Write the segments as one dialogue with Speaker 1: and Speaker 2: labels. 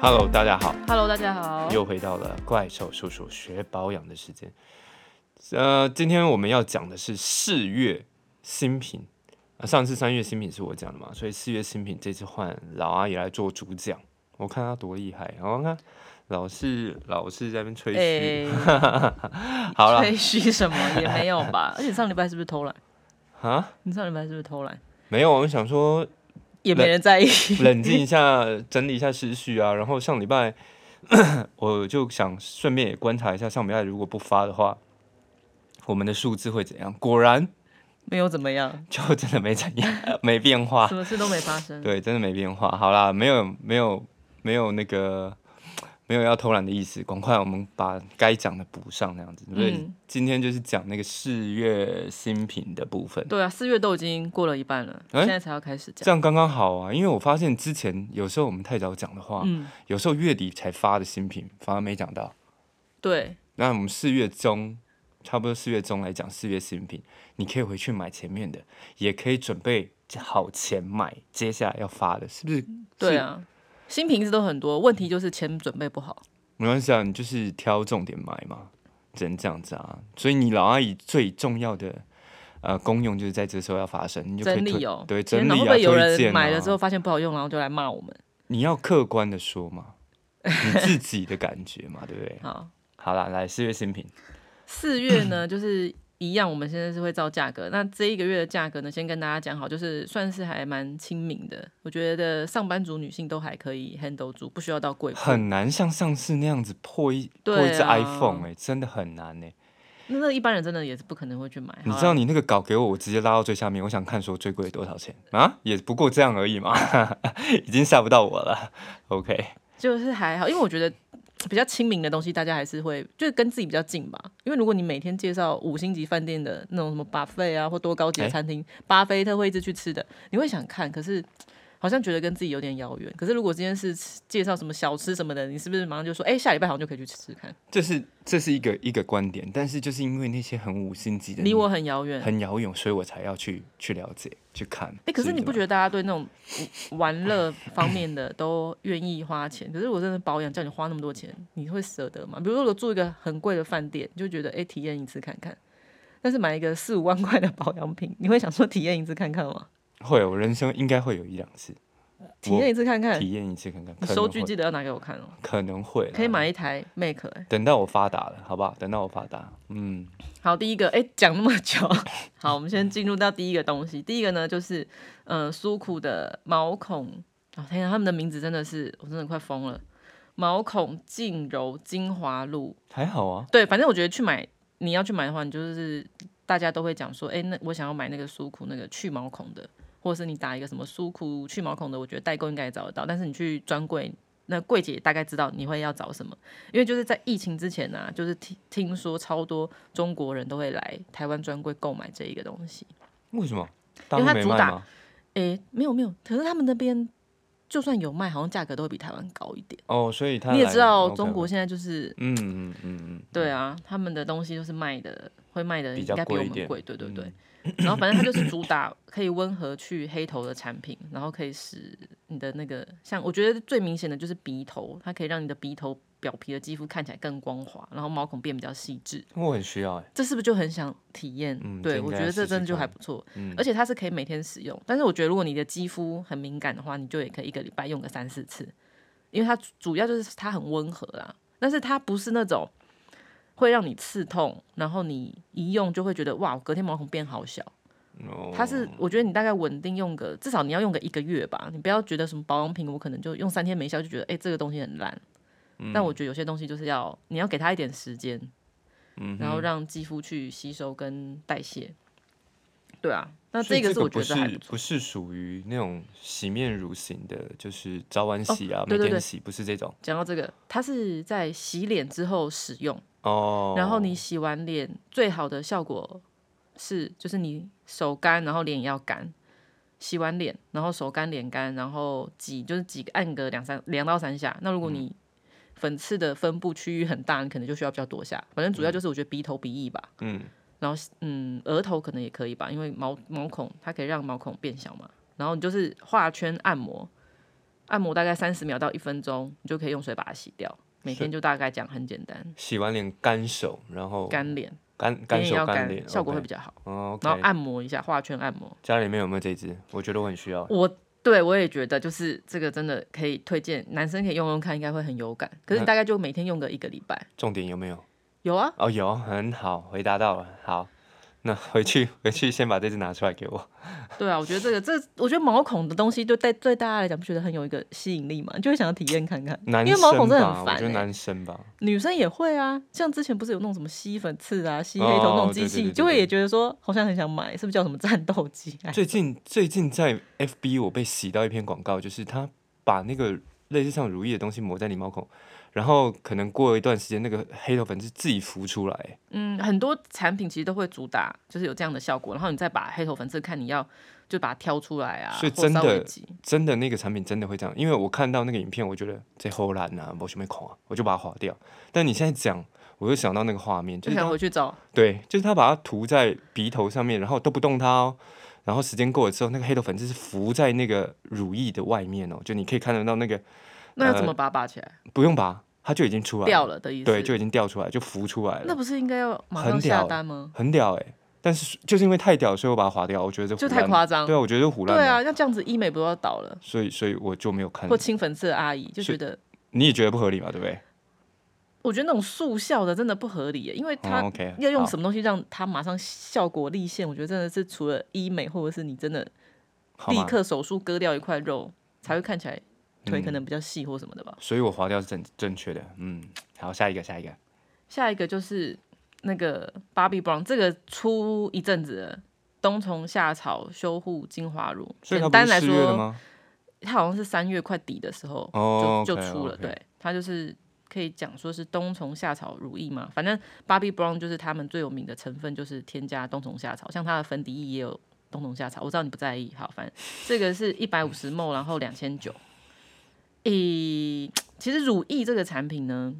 Speaker 1: Hello，大家好，
Speaker 2: Hello，大家好。
Speaker 1: 又回到了怪兽叔叔学保养的时间。呃，今天我们要讲的是四月新品。啊，上次三月新品是我讲的嘛，所以四月新品这次换老阿姨来做主讲，我看她多厉害，然后看老是老是在那边吹嘘，
Speaker 2: 哎，
Speaker 1: 好了
Speaker 2: 吹嘘什么也没有 吧？而且上礼拜是不是偷懒？
Speaker 1: 啊，
Speaker 2: 你上礼拜是不是偷懒？
Speaker 1: 没有，我想说
Speaker 2: 也没人在意。
Speaker 1: 冷静一下，整理一下思绪啊。然后上礼拜 我就想顺便也观察一下，上礼拜如果不发的话，我们的数字会怎样？果然
Speaker 2: 没有怎么样，
Speaker 1: 就真的没怎样，没变化
Speaker 2: 什。么事都没发生。
Speaker 1: 啊对，真的没变化。好啦，没有没有没有那个没有要偷懒的意思，赶快我们把该讲的补上，那样子。所以
Speaker 2: 嗯
Speaker 1: 今天就是讲那个四月新品的部分。
Speaker 2: 对啊，四月都已经过了一半了，
Speaker 1: 哎
Speaker 2: 现在才要开始讲。
Speaker 1: 这样刚刚好啊，因为我发现之前有时候我们太早讲的话，
Speaker 2: 嗯，
Speaker 1: 有时候月底才发的新品反而没讲到。
Speaker 2: 对，
Speaker 1: 那我们四月中，差不多四月中来讲四月新品，你可以回去买前面的，也可以准备好钱买接下来要发的，是不是？
Speaker 2: 对啊，新瓶子都很多，问题就是钱准备不好。
Speaker 1: 没关系啊，你就是挑重点买嘛，只能这样子啊。所以你老阿姨最重要的呃功用就是在这时候要发生，你就可以
Speaker 2: 整
Speaker 1: 推
Speaker 2: 理哦，
Speaker 1: 对，整
Speaker 2: 天
Speaker 1: 理啊，
Speaker 2: 哪会不会有
Speaker 1: 推荐
Speaker 2: 人
Speaker 1: 啊
Speaker 2: 买了之后发现不好用，然后就来骂我们？
Speaker 1: 你要客观的说嘛，你自己的感觉嘛，对不对？
Speaker 2: 好，
Speaker 1: 好啦，来四月新品，
Speaker 2: 四月呢， 就是一样，我们现在是会照价格。那这一个月的价格呢，先跟大家讲好，就是算是还蛮亲民的。我觉得上班族女性都还可以 handle 住，不需要到贵妇。
Speaker 1: 很难像上次那样子破一、破一
Speaker 2: 对
Speaker 1: 只
Speaker 2: 啊
Speaker 1: iPhone 哎、真的很难哎、
Speaker 2: 那那一般人真的也是不可能会去买。
Speaker 1: 你
Speaker 2: 好啦啊
Speaker 1: 知道你那个稿给我，我直接拉到最下面，我想看说最贵多少钱啊？也不过这样而已嘛， 已经吓不到我了。OK，
Speaker 2: 就是还好，因为我觉得。比较亲民的东西，大家还是会就是跟自己比较近吧。因为如果你每天介绍五星级饭店的那种什么 buffet 啊，或多高级的
Speaker 1: 哎
Speaker 2: 餐厅，巴菲特会一直去吃的，你会想看，可是好像觉得跟自己有点遥远。可是如果今天是吃介绍什么小吃什么的，你是不是马上就说，哎、下礼拜好像就可以去吃吃看？
Speaker 1: 这是这是一个一个观点，但是就是因为那些很五星级的，
Speaker 2: 离我很遥远。哎、
Speaker 1: 很遥远，所以我才要去去了解去看。
Speaker 2: 可是你不觉
Speaker 1: 得？
Speaker 2: 得大家对那种玩乐方面的都愿意花钱？可是我真的保养叫你花那么多钱，你会舍得吗？比如说我住一个很贵的饭店，你就觉得哎、体验一次看看。但是买一个四五万块的保养品，你会想说体验一次看看吗？
Speaker 1: 会，我人生应该会有一两次
Speaker 2: 体验一次看看，
Speaker 1: 体验一次看看，
Speaker 2: 你
Speaker 1: 可
Speaker 2: 收
Speaker 1: 能
Speaker 2: 据
Speaker 1: 会啊
Speaker 2: 记得要拿给我看哦。
Speaker 1: 可能会啦
Speaker 2: 可以。买一台 Make、欸。
Speaker 1: 等到我发达了，好不好？等到我发达，嗯，
Speaker 2: 好，第一个，哎、讲那么久，好，我们先进入到第一个东西。第一个呢，就是呃，苏库的毛孔，哦天啊，他们的名字真的是，我真的快疯了。毛孔净柔精华露，
Speaker 1: 还好啊。
Speaker 2: 对，反正我觉得去买，你要去买的话，你就是大家都会讲说，哎、那我想要买那个苏库那个去毛孔的，或者是你打一个什么苏库去毛孔的，我觉得代购应该也找得到，但是你去专柜。那柜姐大概知道你会要找什么，因为就是在疫情之前呢、啊，就是听听说超多中国人都会来台湾专柜购买这一个东西。
Speaker 1: 为什么？大
Speaker 2: 因
Speaker 1: 陆
Speaker 2: 为它
Speaker 1: 没
Speaker 2: 主
Speaker 1: 卖
Speaker 2: 打
Speaker 1: 吗？
Speaker 2: 诶、没有没有，可是他们那边就算有卖，好像价格都会比台湾高一点。
Speaker 1: 哦，所以他
Speaker 2: 你也
Speaker 1: 来
Speaker 2: 知道，
Speaker 1: ，OK，OK
Speaker 2: 中国现在就是
Speaker 1: 嗯嗯嗯嗯，
Speaker 2: 对啊，他们的东西就是卖的会卖的
Speaker 1: 比
Speaker 2: 应
Speaker 1: 较
Speaker 2: 该比我
Speaker 1: 贵一
Speaker 2: 们
Speaker 1: 点嗯
Speaker 2: 贵，对对对。然后反正它就是主打可以温和去黑头的产品，然后可以使你的那个像我觉得最明显的就是鼻头，它可以让你的鼻头表皮的肌肤看起来更光滑，然后毛孔变比较细致。
Speaker 1: 我很需要哎、
Speaker 2: 这是不是就很想体验？
Speaker 1: 嗯这
Speaker 2: 对，
Speaker 1: 应
Speaker 2: 我
Speaker 1: 该
Speaker 2: 觉得
Speaker 1: 要
Speaker 2: 这
Speaker 1: 试
Speaker 2: 真的
Speaker 1: 试
Speaker 2: 就还
Speaker 1: 看
Speaker 2: 不错，
Speaker 1: 嗯
Speaker 2: 而且它是可以每天使用。但是我觉得如果你的肌肤很敏感的话，你就也可以一个礼拜用个三四次，因为它主主要就是它很温和啦，但是它不是那种会让你刺痛，然后你一用就会觉得哇，我隔天毛孔变好小。
Speaker 1: 哦
Speaker 2: 它是我觉得你大概稳定用个至少你要用个一个月吧，你不要觉得什么保养品我可能就用三天没效就觉得哎、这个东西很烂。
Speaker 1: 嗯
Speaker 2: 但我觉得有些东西就是要你要给它一点时间，
Speaker 1: 嗯
Speaker 2: 然后让肌肤去吸收跟代谢。对啊，那
Speaker 1: 所以
Speaker 2: 这个是我觉
Speaker 1: 不
Speaker 2: 得还
Speaker 1: 是
Speaker 2: 不
Speaker 1: 不是属于那种洗面乳型的，就是早晚洗啊，
Speaker 2: 哦对对
Speaker 1: 每天
Speaker 2: 对
Speaker 1: 洗，不是这种
Speaker 2: 讲到这个，它是在洗脸之后使用，
Speaker 1: 哦。
Speaker 2: 然后你洗完脸最好的效果是就是你手干，然后脸也要干。洗完脸，然后手干脸干，然后挤就是挤按个两三两到三下。那
Speaker 1: 嗯
Speaker 2: 如果你粉刺的分布区域很大，你可能就需要比较多下。反正主要就是我觉得鼻头鼻翼吧，
Speaker 1: 嗯，
Speaker 2: 然后嗯，额头可能也可以吧，因为毛毛孔它可以让毛孔变小嘛。然后你就是画圈按摩，按摩大概三十秒到一分钟，你就可以用水把它洗掉。每天就大概讲很简单，
Speaker 1: 洗完脸干手，然后
Speaker 2: 干脸，
Speaker 1: 干
Speaker 2: 脸
Speaker 1: 干
Speaker 2: 也
Speaker 1: 手
Speaker 2: 要
Speaker 1: 干脸，
Speaker 2: 干，效果会
Speaker 1: OK
Speaker 2: 比较好。
Speaker 1: 哦
Speaker 2: 然后啊
Speaker 1: ，OK。
Speaker 2: 按摩一下，画圈按摩。
Speaker 1: 家里面有没有这一支？我觉得我很需要。
Speaker 2: 我对我也觉得，就是这个真的可以推荐，男生可以用用看，应该会很有感。可是
Speaker 1: 那
Speaker 2: 你大概就每天用个一个礼拜。
Speaker 1: 重点有没有？
Speaker 2: 有啊，
Speaker 1: 哦，有，很好，回答到了。好，那回去 回去先把这支拿出来给我。
Speaker 2: 对啊，我觉得这个这，我觉得毛孔的东西对对对大家来讲，不觉得很有一个吸引力嘛？你就会想要体验看看，
Speaker 1: 男
Speaker 2: 因为
Speaker 1: 生
Speaker 2: 毛孔真的
Speaker 1: 吧，
Speaker 2: 很
Speaker 1: 我觉得
Speaker 2: 烦、欸。
Speaker 1: 男生吧，
Speaker 2: 女生也会啊，像之前不是有那种什么吸粉刺啊、吸黑头那
Speaker 1: 哦
Speaker 2: 种机器，
Speaker 1: 对对对对
Speaker 2: 就会也觉得说好像很想买，是不是叫什么战斗机？ 哎
Speaker 1: 最近最近在 FB 我被洗到一篇广告，就是他把那个类似像乳液的东西抹在你毛孔，然后可能过一段时间那个黑头粉是自己浮出来。
Speaker 2: 嗯，很多产品其实都会主打就是有这样的效果，然后你再把黑头粉刺看你要就把它挑出来啊，
Speaker 1: 所以
Speaker 2: 或
Speaker 1: 真的
Speaker 2: 稍微挤
Speaker 1: 真的那个产品真的会这样，因为我看到那个影片，我觉得这后烂呐，我准备恐啊，我就把它划掉。但你现在讲，我又想到那个画面，就
Speaker 2: 就是想
Speaker 1: 他
Speaker 2: 回去找
Speaker 1: 对，就是他把它涂在鼻头上面，然后都不动它哦。然后时间过了之后，那个黑头粉刺是浮在那个乳液的外面哦，就你可以看得到那个
Speaker 2: 那要怎么把它拔起来？
Speaker 1: 不用呃拔，它就已经出来了
Speaker 2: 掉了的意思？
Speaker 1: 对，就已经掉出来，就浮出来
Speaker 2: 那
Speaker 1: 了，
Speaker 2: 不是应该要马
Speaker 1: 很
Speaker 2: 上
Speaker 1: 屌
Speaker 2: 下
Speaker 1: 欸
Speaker 2: 单吗？
Speaker 1: 很屌哎、但是就是因为太屌，所以我把它划掉。我觉得这
Speaker 2: 就
Speaker 1: 胡
Speaker 2: 太
Speaker 1: 乱
Speaker 2: 夸张
Speaker 1: 对啊，我觉得这胡乱。
Speaker 2: 对，啊，那这样子医美不都要倒了？
Speaker 1: 所以所以我就没有看
Speaker 2: 或。清粉刺的阿姨就觉得，
Speaker 1: 你也觉得不合理吧？对不对？
Speaker 2: 我觉得那种速效的真的不合理耶，因为
Speaker 1: 哦
Speaker 2: 它
Speaker 1: ，OK，
Speaker 2: 要用
Speaker 1: 好
Speaker 2: 什么东西让它马上效果立现，我觉得真的是除了医美或者是你真的
Speaker 1: 好
Speaker 2: 立
Speaker 1: 吗？
Speaker 2: 刻手术割掉一块肉才会看起来腿可
Speaker 1: 嗯
Speaker 2: 能比较细或什么的吧。
Speaker 1: 所以我划掉是正正确的。嗯，好，下一个，下一个。
Speaker 2: 下一个就是那个 Bobbi Brown，这个出一阵子了。冬虫夏草修护精华乳，
Speaker 1: 所以
Speaker 2: 简
Speaker 1: 它不
Speaker 2: 单
Speaker 1: 是
Speaker 2: 来
Speaker 1: 四月的
Speaker 2: 说，
Speaker 1: 吗？
Speaker 2: 它好像是三月快底的时候
Speaker 1: 哦
Speaker 2: 就就
Speaker 1: OK，
Speaker 2: 出了。
Speaker 1: OK
Speaker 2: 对，它就是可以讲说是冬虫夏草乳液嘛，反正 Bobbi Brown 就是他们最有名的成分就是添加冬虫夏草，像它的粉底液也有冬虫夏草。我知道你不在意，好，反正这个是一百五十 ml，然后两千九。诶，其实乳液这个产品呢，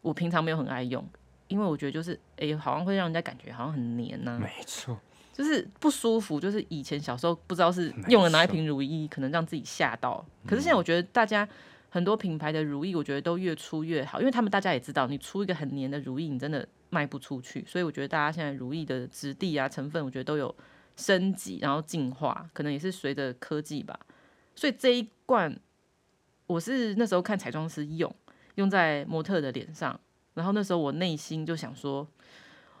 Speaker 2: 我平常没有很爱用，因为我觉得就是诶，好像会让人家感觉好像很黏啊呐、
Speaker 1: 没错，
Speaker 2: 就是不舒服，就是以前小时候不知道是用了哪一
Speaker 1: 错
Speaker 2: 瓶乳液，可能让自己吓到。可是现在我觉得大家很多品牌的乳液，我觉得都越出越好，因为他们大家也知道，你出一个很黏的乳液，你真的卖不出去。所以我觉得大家现在乳液的质地啊、成分，我觉得都有升级，然后进化，可能也是随着科技吧。所以这一罐我是那时候看彩妆师用，用在模特的脸上，然后那时候我内心就想说，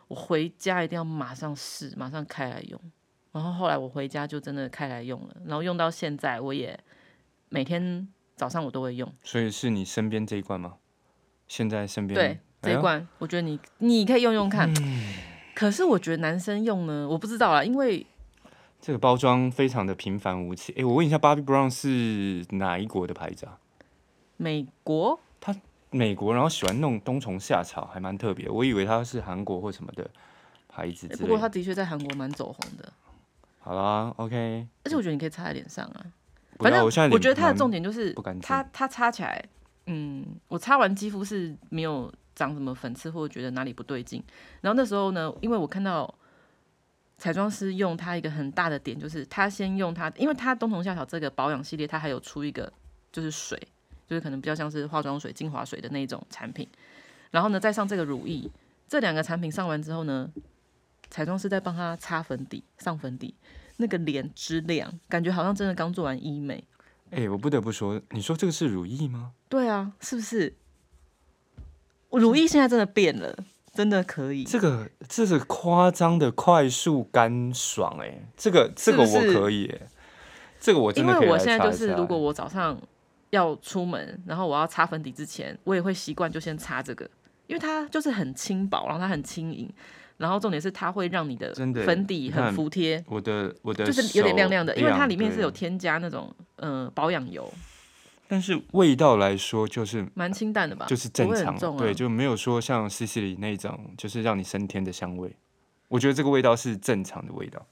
Speaker 2: 我回家一定要马上试，马上开来用。然后后来我回家就真的开来用了，然后用到现在，我也每天早上我都会用。
Speaker 1: 所以是你身边这一罐吗？现在身边
Speaker 2: 对
Speaker 1: 哎
Speaker 2: 这一
Speaker 1: 呦嗯
Speaker 2: 罐，我觉得你你可以用用看。可是我觉得男生用呢，我不知道啦，因为
Speaker 1: 这个包装非常的平凡无奇。哎，我问一下，Bobbi Brown 是哪一国的牌子啊？
Speaker 2: 美国
Speaker 1: 美国，然后喜欢弄冬虫夏草，还蛮特别。我以为它是韩国或什么的牌子
Speaker 2: 欸
Speaker 1: 之
Speaker 2: 不
Speaker 1: 类
Speaker 2: 过它
Speaker 1: 的。
Speaker 2: 的确在韩国蛮走红的，
Speaker 1: 好啦，OK。
Speaker 2: 而且我觉得你可以擦在脸上啊。
Speaker 1: 嗯不
Speaker 2: 反
Speaker 1: 知道
Speaker 2: 正
Speaker 1: 我现在
Speaker 2: 我
Speaker 1: 脸
Speaker 2: 觉得它的
Speaker 1: 蛮
Speaker 2: 重点就是
Speaker 1: 不干净
Speaker 2: 它它擦起来，嗯，我擦完肌肤是没有长什么粉刺或者觉得哪里不对劲。然后那时候呢，因为我看到彩妆师用它一个很大的点，就是他先用它，因为它冬虫夏草这个保养系列，它还有出一个就是水，就是可能比较像是化妆水、精华水的那种产品。然后呢，再上这个乳液，这两个产品上完之后呢，彩妆师在帮他擦粉底、上粉底，那个脸之亮，感觉好像真的刚做完医美。
Speaker 1: 哎，我不得不说，你说这个是乳液吗？
Speaker 2: 对啊，是不是？我如意现在真的变了，真的可以。
Speaker 1: 这个这是夸张的快速干爽哎、这个这个
Speaker 2: 是不
Speaker 1: 我
Speaker 2: 是
Speaker 1: 可以、欸，这个我真
Speaker 2: 因
Speaker 1: 的可以
Speaker 2: 为我
Speaker 1: 来
Speaker 2: 现在
Speaker 1: 查
Speaker 2: 就
Speaker 1: 一
Speaker 2: 是，
Speaker 1: 下欸
Speaker 2: 如果我早上要出门，然后我要擦粉底之前，我也会习惯就先擦这个，因为它就是很轻薄，然后它很轻盈，然后重点是它会让你的
Speaker 1: 真的
Speaker 2: 粉底
Speaker 1: 你
Speaker 2: 很
Speaker 1: 看
Speaker 2: 服帖，
Speaker 1: 我的我的
Speaker 2: 就是有点
Speaker 1: 手
Speaker 2: 亮亮的，因为它里面是有
Speaker 1: 对，
Speaker 2: 添加那种呃保养油，
Speaker 1: 但是味道来说就是
Speaker 2: 蛮清淡的吧，
Speaker 1: 就是
Speaker 2: 不
Speaker 1: 正
Speaker 2: 会
Speaker 1: 常
Speaker 2: 很
Speaker 1: 了，
Speaker 2: 重啊。
Speaker 1: 对，就没有说像西西里那种就是让你升天的香味。我觉得这个味道是正常的味道，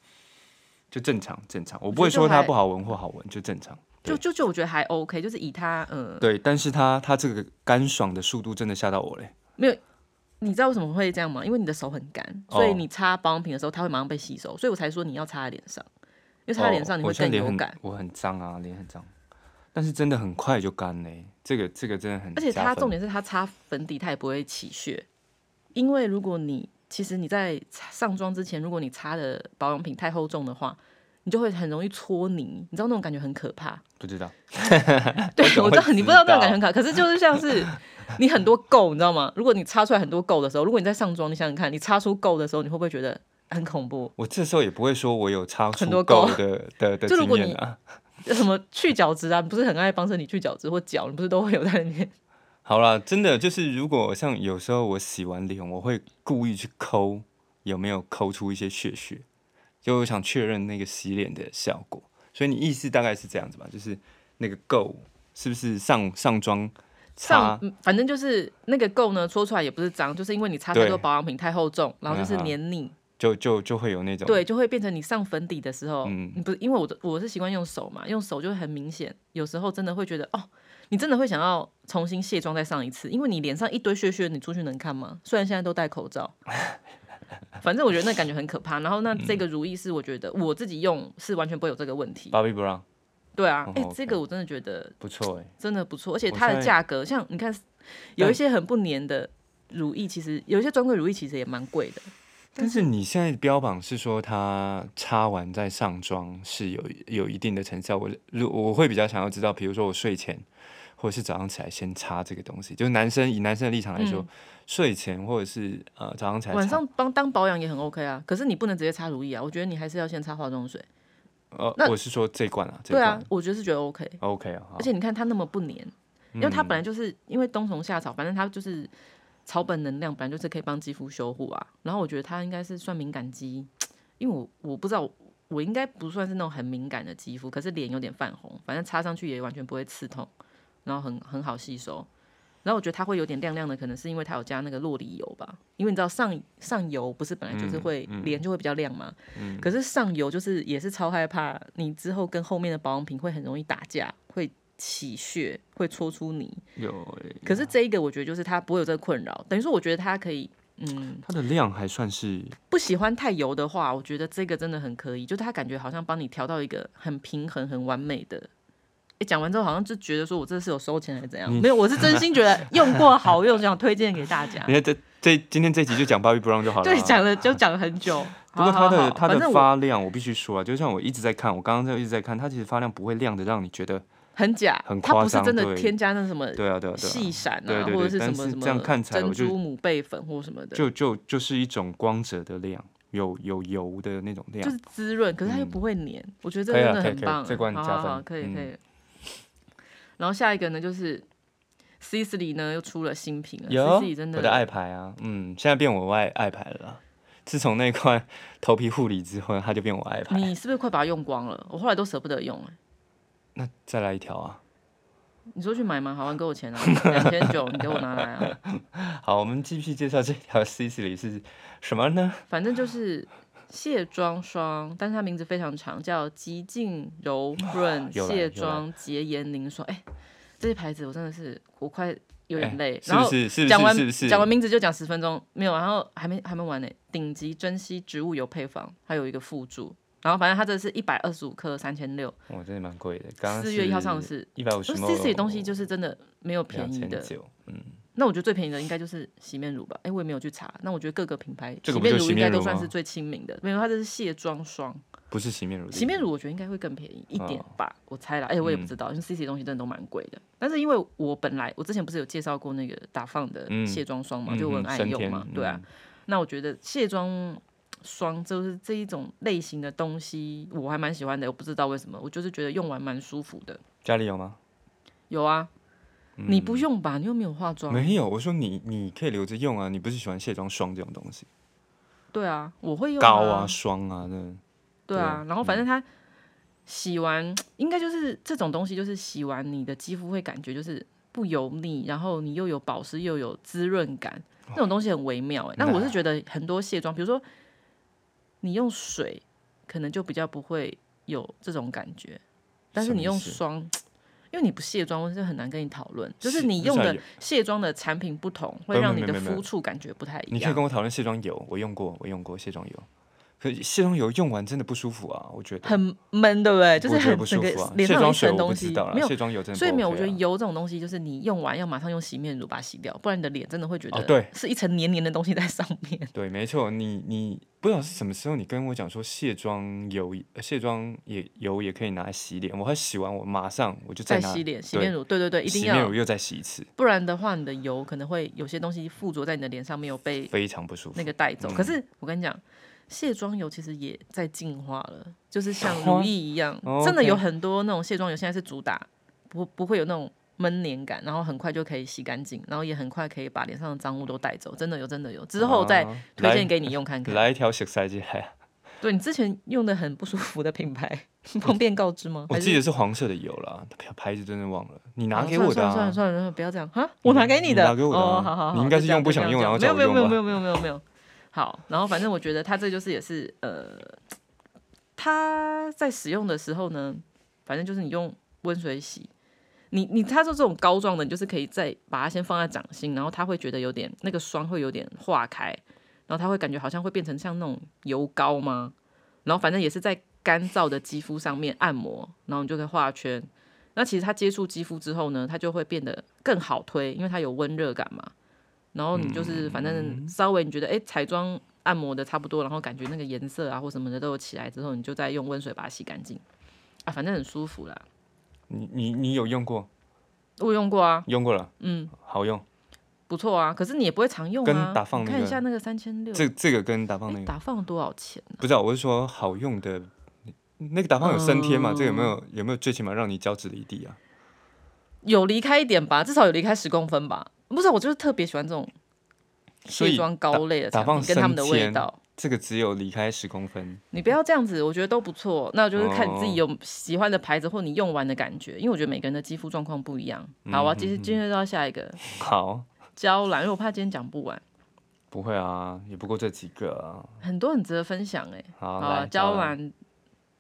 Speaker 1: 就正常正常，我不
Speaker 2: 觉
Speaker 1: 会
Speaker 2: 得就
Speaker 1: 说它
Speaker 2: 还嗯
Speaker 1: 不好闻或好闻，就正常。
Speaker 2: 就就就我觉得还 OK，就是以它呃
Speaker 1: 对，但是它它这个干爽的速度真的吓到我嘞。
Speaker 2: 你知道为什么会这样吗？因为你的手很干，
Speaker 1: 哦
Speaker 2: 所以你擦保养品的时候，它会马上被吸收，所以我才说你要擦在脸上，因为擦在脸上你
Speaker 1: 哦
Speaker 2: 会
Speaker 1: 我现在
Speaker 2: 更
Speaker 1: 脸
Speaker 2: 有
Speaker 1: 很
Speaker 2: 感。
Speaker 1: 我很脏啊，脸很脏。但是真的很快就干嘞、这个这个真的很加
Speaker 2: 而
Speaker 1: 分，
Speaker 2: 且它重点是它擦粉底，它也不会起屑，因为如果你其实你在上妆之前，如果你擦的保养品太厚重的话，你就会很容易搓泥，你知道那种感觉很可 怕。
Speaker 1: 不知道，
Speaker 2: 对，
Speaker 1: 怎么
Speaker 2: 我知道
Speaker 1: 会
Speaker 2: 你不
Speaker 1: 知
Speaker 2: 知道那种
Speaker 1: 道
Speaker 2: 感觉很可怕，可是就是像是你很多垢，你知道吗？如果你擦出来很多垢的时候，如果你在上妆，你想想看，你擦出垢的时候，你会不会觉得很恐怖？
Speaker 1: 我这时候也不会说我有擦出
Speaker 2: 很多
Speaker 1: 够
Speaker 2: 垢
Speaker 1: 的的的
Speaker 2: 就如
Speaker 1: 经
Speaker 2: 果
Speaker 1: 验
Speaker 2: 你
Speaker 1: 啊。
Speaker 2: 什么去角质啊？你不是很爱帮衬你去角质或角，你不是都会有在里面？
Speaker 1: 好啦，真的就是如果像有时候我洗完脸，我会故意去抠有没有抠出一些血血，就我想确认那个洗脸的效果。所以你意思大概是这样子吧，就是那个垢是不是上上妆擦，
Speaker 2: 上嗯反正就是那个垢呢，搓出来也不是脏，就是因为你擦太
Speaker 1: 对
Speaker 2: 多保养品太厚重，然后就是
Speaker 1: 嗯哼
Speaker 2: 黏腻，
Speaker 1: 就就就会有那种
Speaker 2: 对，就会变成你上粉底的时候，
Speaker 1: 嗯
Speaker 2: 你不是因为我的我是习惯用手嘛，用手就会很明显，有时候真的会觉得哦，你真的会想要重新卸妆再上一次，因为你脸上一堆屑屑，你出去能看吗？虽然现在都戴口罩， 反正我觉得那感觉很可怕。然后那这
Speaker 1: 嗯
Speaker 2: 个如意是我觉得我自己用是完全不会有这个问题，
Speaker 1: Bobbi Brown
Speaker 2: 对啊
Speaker 1: 哦，
Speaker 2: 哎、
Speaker 1: ，OK
Speaker 2: 这个我真的觉得
Speaker 1: 不错哎、
Speaker 2: 真的不错，而且
Speaker 1: 我
Speaker 2: 它的
Speaker 1: 在
Speaker 2: 价格，像你看，有一些很不粘的乳液，其实有一些专柜乳液其实也蛮贵的。
Speaker 1: 但是你现在标榜是说它擦完再上妆是有有一定的成效，我如我会比较想要知道，比如说我睡前或者是早上起来先擦这个东西，就是男生以男生的立场来说，睡前或者是呃早上起来
Speaker 2: 嗯晚
Speaker 1: 擦
Speaker 2: 上帮当保养也很 OK 啊，可是你不能直接擦乳液啊，我觉得你还是要先擦化妆水。
Speaker 1: 呃
Speaker 2: 那
Speaker 1: 我是说这一罐啊，这一
Speaker 2: 对啊
Speaker 1: 罐，
Speaker 2: 我觉得是觉得 OK，
Speaker 1: OK 啊，好
Speaker 2: 而且你看它那么不粘，
Speaker 1: 嗯
Speaker 2: 因为它本来就是因为冬虫夏草，反正它就是草本能量，本来就是可以帮肌肤修护啊。然后我觉得它应该是算敏感肌，因为我我不知道。我应该不算是那种很敏感的肌肤，可是脸有点泛红，反正擦上去也完全不会刺痛，然后很很好吸收。然后我觉得它会有点亮亮的，可能是因为它有加那个洛梨油吧，因为你知道上上油不是本来就是会、脸就会比较亮嘛，可是上油就是也是超害怕，你之后跟后面的保养品会很容易打架，会起屑，会搓出泥。
Speaker 1: 有
Speaker 2: 可是这一个我觉得就是它不会有这个困扰，等于说我觉得它可以，嗯，
Speaker 1: 它的量还算是
Speaker 2: 不喜欢太油的话，我觉得这个真的很可以，就它感觉好像帮你调到一个很平衡、很完美的。诶讲完之后好像就觉得说我这是有收钱还是怎样？
Speaker 1: 嗯
Speaker 2: 没有，我是真心觉得用过好用，想推荐给大家
Speaker 1: 你。看这这今天这集就讲 Bobbi Brown 就好了啊，
Speaker 2: 对，讲了就讲了很久。
Speaker 1: 不过它
Speaker 2: 好好
Speaker 1: 的
Speaker 2: 好
Speaker 1: 它
Speaker 2: 反
Speaker 1: 的
Speaker 2: 正我
Speaker 1: 发亮，我必须说啊，就像我一直在看，我刚刚在一直在看，它其实发量不会亮的让你觉得，
Speaker 2: 很假，
Speaker 1: 很
Speaker 2: 它不
Speaker 1: 夸
Speaker 2: 是
Speaker 1: 张
Speaker 2: 真的
Speaker 1: 对
Speaker 2: 添加那什么
Speaker 1: 对啊对啊对啊，
Speaker 2: 细闪啊，
Speaker 1: 对对对
Speaker 2: 或者是什
Speaker 1: 但
Speaker 2: 么
Speaker 1: 是
Speaker 2: 什么
Speaker 1: 这样看起来
Speaker 2: 珍
Speaker 1: 我就
Speaker 2: 珠母贝粉或什么的，
Speaker 1: 就就就是一种光泽的亮，有有油的那种
Speaker 2: 就
Speaker 1: 亮。
Speaker 2: 是滋润，可是它又不会黏，我觉得这
Speaker 1: 嗯可以啊
Speaker 2: 真的
Speaker 1: 可以
Speaker 2: 很
Speaker 1: 可以
Speaker 2: 棒，
Speaker 1: 这关
Speaker 2: 好
Speaker 1: 加
Speaker 2: 好好，
Speaker 1: 分
Speaker 2: 可以
Speaker 1: 嗯
Speaker 2: 可以。然后下一个呢，就是 Sisley 呢又出了新品了
Speaker 1: 有
Speaker 2: ，Sisley 真
Speaker 1: 我的爱牌啊，嗯，现在变我爱爱牌了啦。自从那块 头皮护理之后，它就变我爱牌。
Speaker 2: 你是不是快把它用光了？我后来都舍不得用了。
Speaker 1: 那再来一条啊！
Speaker 2: 你说去买吗？好，你给我钱啊，两千九，你给我拿来啊。
Speaker 1: 好，我们继续介绍这条 C C 里是什么呢？
Speaker 2: 反正就是卸妆霜，但是它名字非常长，叫极净柔润
Speaker 1: 又来
Speaker 2: 卸
Speaker 1: 又来
Speaker 2: 妆洁颜凝霜。哎、这些牌子我真的是我快有点累，
Speaker 1: 哎是
Speaker 2: 然
Speaker 1: 不
Speaker 2: 后。
Speaker 1: 是？是不
Speaker 2: 讲
Speaker 1: 是？
Speaker 2: 完
Speaker 1: 是不是？
Speaker 2: 讲完名字就讲十分钟，没有，然后还没还没完呢。顶级珍稀植物油配方，还有一个附注，然后反正它这是一百二十五克，三千六，
Speaker 1: 我真的哦蛮贵的，刚刚
Speaker 2: 四月一号上，市。
Speaker 1: 一百五十哦
Speaker 2: 我。C C 东西就是真的没有便
Speaker 1: 两
Speaker 2: 宜
Speaker 1: 千
Speaker 2: 的，
Speaker 1: 九，嗯，
Speaker 2: 那我觉得最便宜的应该就是洗面乳吧，哎、我也没有去查。那我觉得各个品牌
Speaker 1: 这个不
Speaker 2: 洗
Speaker 1: 就
Speaker 2: 面乳
Speaker 1: 洗
Speaker 2: 应该
Speaker 1: 面
Speaker 2: 都
Speaker 1: 乳
Speaker 2: 算
Speaker 1: 吗
Speaker 2: 是最亲民的，没有它这是卸妆霜，
Speaker 1: 不哦是洗面乳的意思，
Speaker 2: 洗面乳我觉得应该会更便宜一点吧，我猜啦。哎、我也
Speaker 1: 嗯
Speaker 2: 不知道，因为 CC 的东西真的都蛮贵的。但是因为我本来我之前不是有介绍过那个打放的
Speaker 1: 嗯
Speaker 2: 卸妆霜嘛，
Speaker 1: 嗯
Speaker 2: 就我很
Speaker 1: 哼
Speaker 2: 爱
Speaker 1: 升
Speaker 2: 用
Speaker 1: 天嗯
Speaker 2: 嘛，对啊。那我觉得卸妆霜就是这一种类型的东西，我还蛮喜欢的。我不知道为什么，我就是觉得用完蛮舒服的。
Speaker 1: 家里有吗？
Speaker 2: 有啊，你不用吧？你又没有啊化
Speaker 1: 嗯
Speaker 2: 妆。
Speaker 1: 没有，我说你你可以留着用啊，你不是喜欢卸妆霜这种东西，
Speaker 2: 对啊，我会用
Speaker 1: 膏啊、霜啊，那
Speaker 2: 对啊，
Speaker 1: 对嗯
Speaker 2: 然后反正它洗完，应该就是这种东西，就是洗完你的肌肤会感觉就是不油腻，然后你又有保湿又有滋润感，
Speaker 1: 哦
Speaker 2: 那种东西很微妙哎、
Speaker 1: 嗯
Speaker 2: 那我是觉得很多卸妆，比如说你用水，可能就比较不会有这种感觉，但是你用
Speaker 1: 什么意思
Speaker 2: 霜。因为你不卸妆，我是很难跟你讨论。就是
Speaker 1: 是
Speaker 2: 你
Speaker 1: 不
Speaker 2: 用
Speaker 1: 是啊
Speaker 2: 的
Speaker 1: 有
Speaker 2: 卸妆的产品不同，会
Speaker 1: 没有
Speaker 2: 让
Speaker 1: 没有
Speaker 2: 你的
Speaker 1: 没有没有
Speaker 2: 肤触感觉不太一样。
Speaker 1: 你可以跟我讨论卸妆油，我用过，我用过卸妆油。可是卸妆油用完真的不舒服啊，我觉得。
Speaker 2: 很闷，对不对？就是
Speaker 1: 我觉得
Speaker 2: 很
Speaker 1: 不舒
Speaker 2: 整个
Speaker 1: 服啊！
Speaker 2: 脸
Speaker 1: 卸
Speaker 2: 上有一
Speaker 1: 妆水我
Speaker 2: 层
Speaker 1: 不
Speaker 2: 东
Speaker 1: 知
Speaker 2: 西
Speaker 1: 道，啦，
Speaker 2: 没有
Speaker 1: 卸妆油真的不 OK 啊、
Speaker 2: 所以没有，我觉得油这种东西就是你用完要马上用洗面乳把它洗掉，不然你的脸真的会觉
Speaker 1: 哦
Speaker 2: 得
Speaker 1: 对
Speaker 2: 是一层黏黏的东西在上 面。
Speaker 1: 对，没错，你你不知道是什么时候，你跟我讲说卸妆油、呃卸妆也油也可以拿来洗脸，我还洗完我马上我就
Speaker 2: 再
Speaker 1: 拿
Speaker 2: 洗脸、洗面乳，对对对，一
Speaker 1: 洗
Speaker 2: 定
Speaker 1: 面
Speaker 2: 要
Speaker 1: 乳，又再洗一次，
Speaker 2: 不然的话你的油可能会有些东西附着在你的脸上，没有被
Speaker 1: 非常不舒服。
Speaker 2: 那个带走。可
Speaker 1: 嗯
Speaker 2: 是我跟你讲，卸妆油其实也在进化了，就 是像如意一样，
Speaker 1: 哦
Speaker 2: 真的
Speaker 1: OK
Speaker 2: 有很多那种蟹妆油现在是主打不不会有那种闷黏感，然后很快就可以洗干净，然后也很快可以把脸上的脏污都带走，真的有真的有。之后再
Speaker 1: 啊
Speaker 2: 推荐
Speaker 1: 来
Speaker 2: 给你用 看看。
Speaker 1: 来一条小塞进来，
Speaker 2: 对你之前用的很不舒服的品牌，方便告知吗？
Speaker 1: 我
Speaker 2: 还
Speaker 1: 记
Speaker 2: 是
Speaker 1: 得是黄色的油啦，牌牌子真的忘了，你拿
Speaker 2: 好
Speaker 1: 给我的、
Speaker 2: 哦算了
Speaker 1: 啊
Speaker 2: 算了算了算了，不要这样哈，我拿给的，
Speaker 1: 你拿给我的啊
Speaker 2: 哦，好好好，
Speaker 1: 你应该是
Speaker 2: 就这样
Speaker 1: 用不想用然后
Speaker 2: 就这样
Speaker 1: 叫我
Speaker 2: 没有没有
Speaker 1: 用吧
Speaker 2: 没有没有没有没有没有。好，然后反正我觉得它这就是也是呃，它在使用的时候呢，反正就是你用温水洗，你你它说这种膏状的，你就是可以再把它先放在掌心，然后它会觉得有点那个霜会有点化开，然后它会感觉好像会变成像那种油膏吗？然后反正也是在干燥的肌肤上面按摩，然后你就可以画圈。那其实它接触肌肤之后呢，它就会变得更好推，因为它有温热感嘛。然后你
Speaker 1: 嗯
Speaker 2: 就是反正稍微你觉得哎、诶彩妆按摩的差不多，然后感觉那个颜色啊或什么的都有起来之后，你就再用温水把它洗干净啊，反正很舒服啦。
Speaker 1: 你你你有用过？
Speaker 2: 我有用过啊，
Speaker 1: 用过了，嗯，好用。
Speaker 2: 不错啊，可是你也不会常用啊。
Speaker 1: 跟打放
Speaker 2: 你
Speaker 1: 那
Speaker 2: 看一
Speaker 1: 个
Speaker 2: 下那个三千六，
Speaker 1: 这这个跟达芳那
Speaker 2: 诶
Speaker 1: 个
Speaker 2: 打放多少钱？
Speaker 1: 不知道，我是说好用的，那个达芳有升贴嘛？
Speaker 2: 嗯
Speaker 1: 这个有没有有没有最起码让你脚趾离地啊？
Speaker 2: 有离开一点吧，至少有离开十公分吧。不是，我就是特别喜欢这种
Speaker 1: 所以
Speaker 2: 卸妆膏类的
Speaker 1: 打
Speaker 2: 产
Speaker 1: 打放
Speaker 2: 品，跟他们的味
Speaker 1: 生煎
Speaker 2: 道。
Speaker 1: 这个只有离开十公分，
Speaker 2: 你不要这样子，我觉得都不错。那就是看你自
Speaker 1: 哦
Speaker 2: 己有喜欢的牌子，或你用完的感觉，因为我觉得每个人的肌肤状况不一样。好，
Speaker 1: 嗯
Speaker 2: 我要继续进入到下一个
Speaker 1: 好，
Speaker 2: 娇兰，因为我怕今天讲不完，
Speaker 1: 不会啊，也不过这几个啊。
Speaker 2: 很多很值得分享哎、
Speaker 1: 好，
Speaker 2: 好啊，
Speaker 1: 来
Speaker 2: 娇
Speaker 1: 兰，
Speaker 2: 兰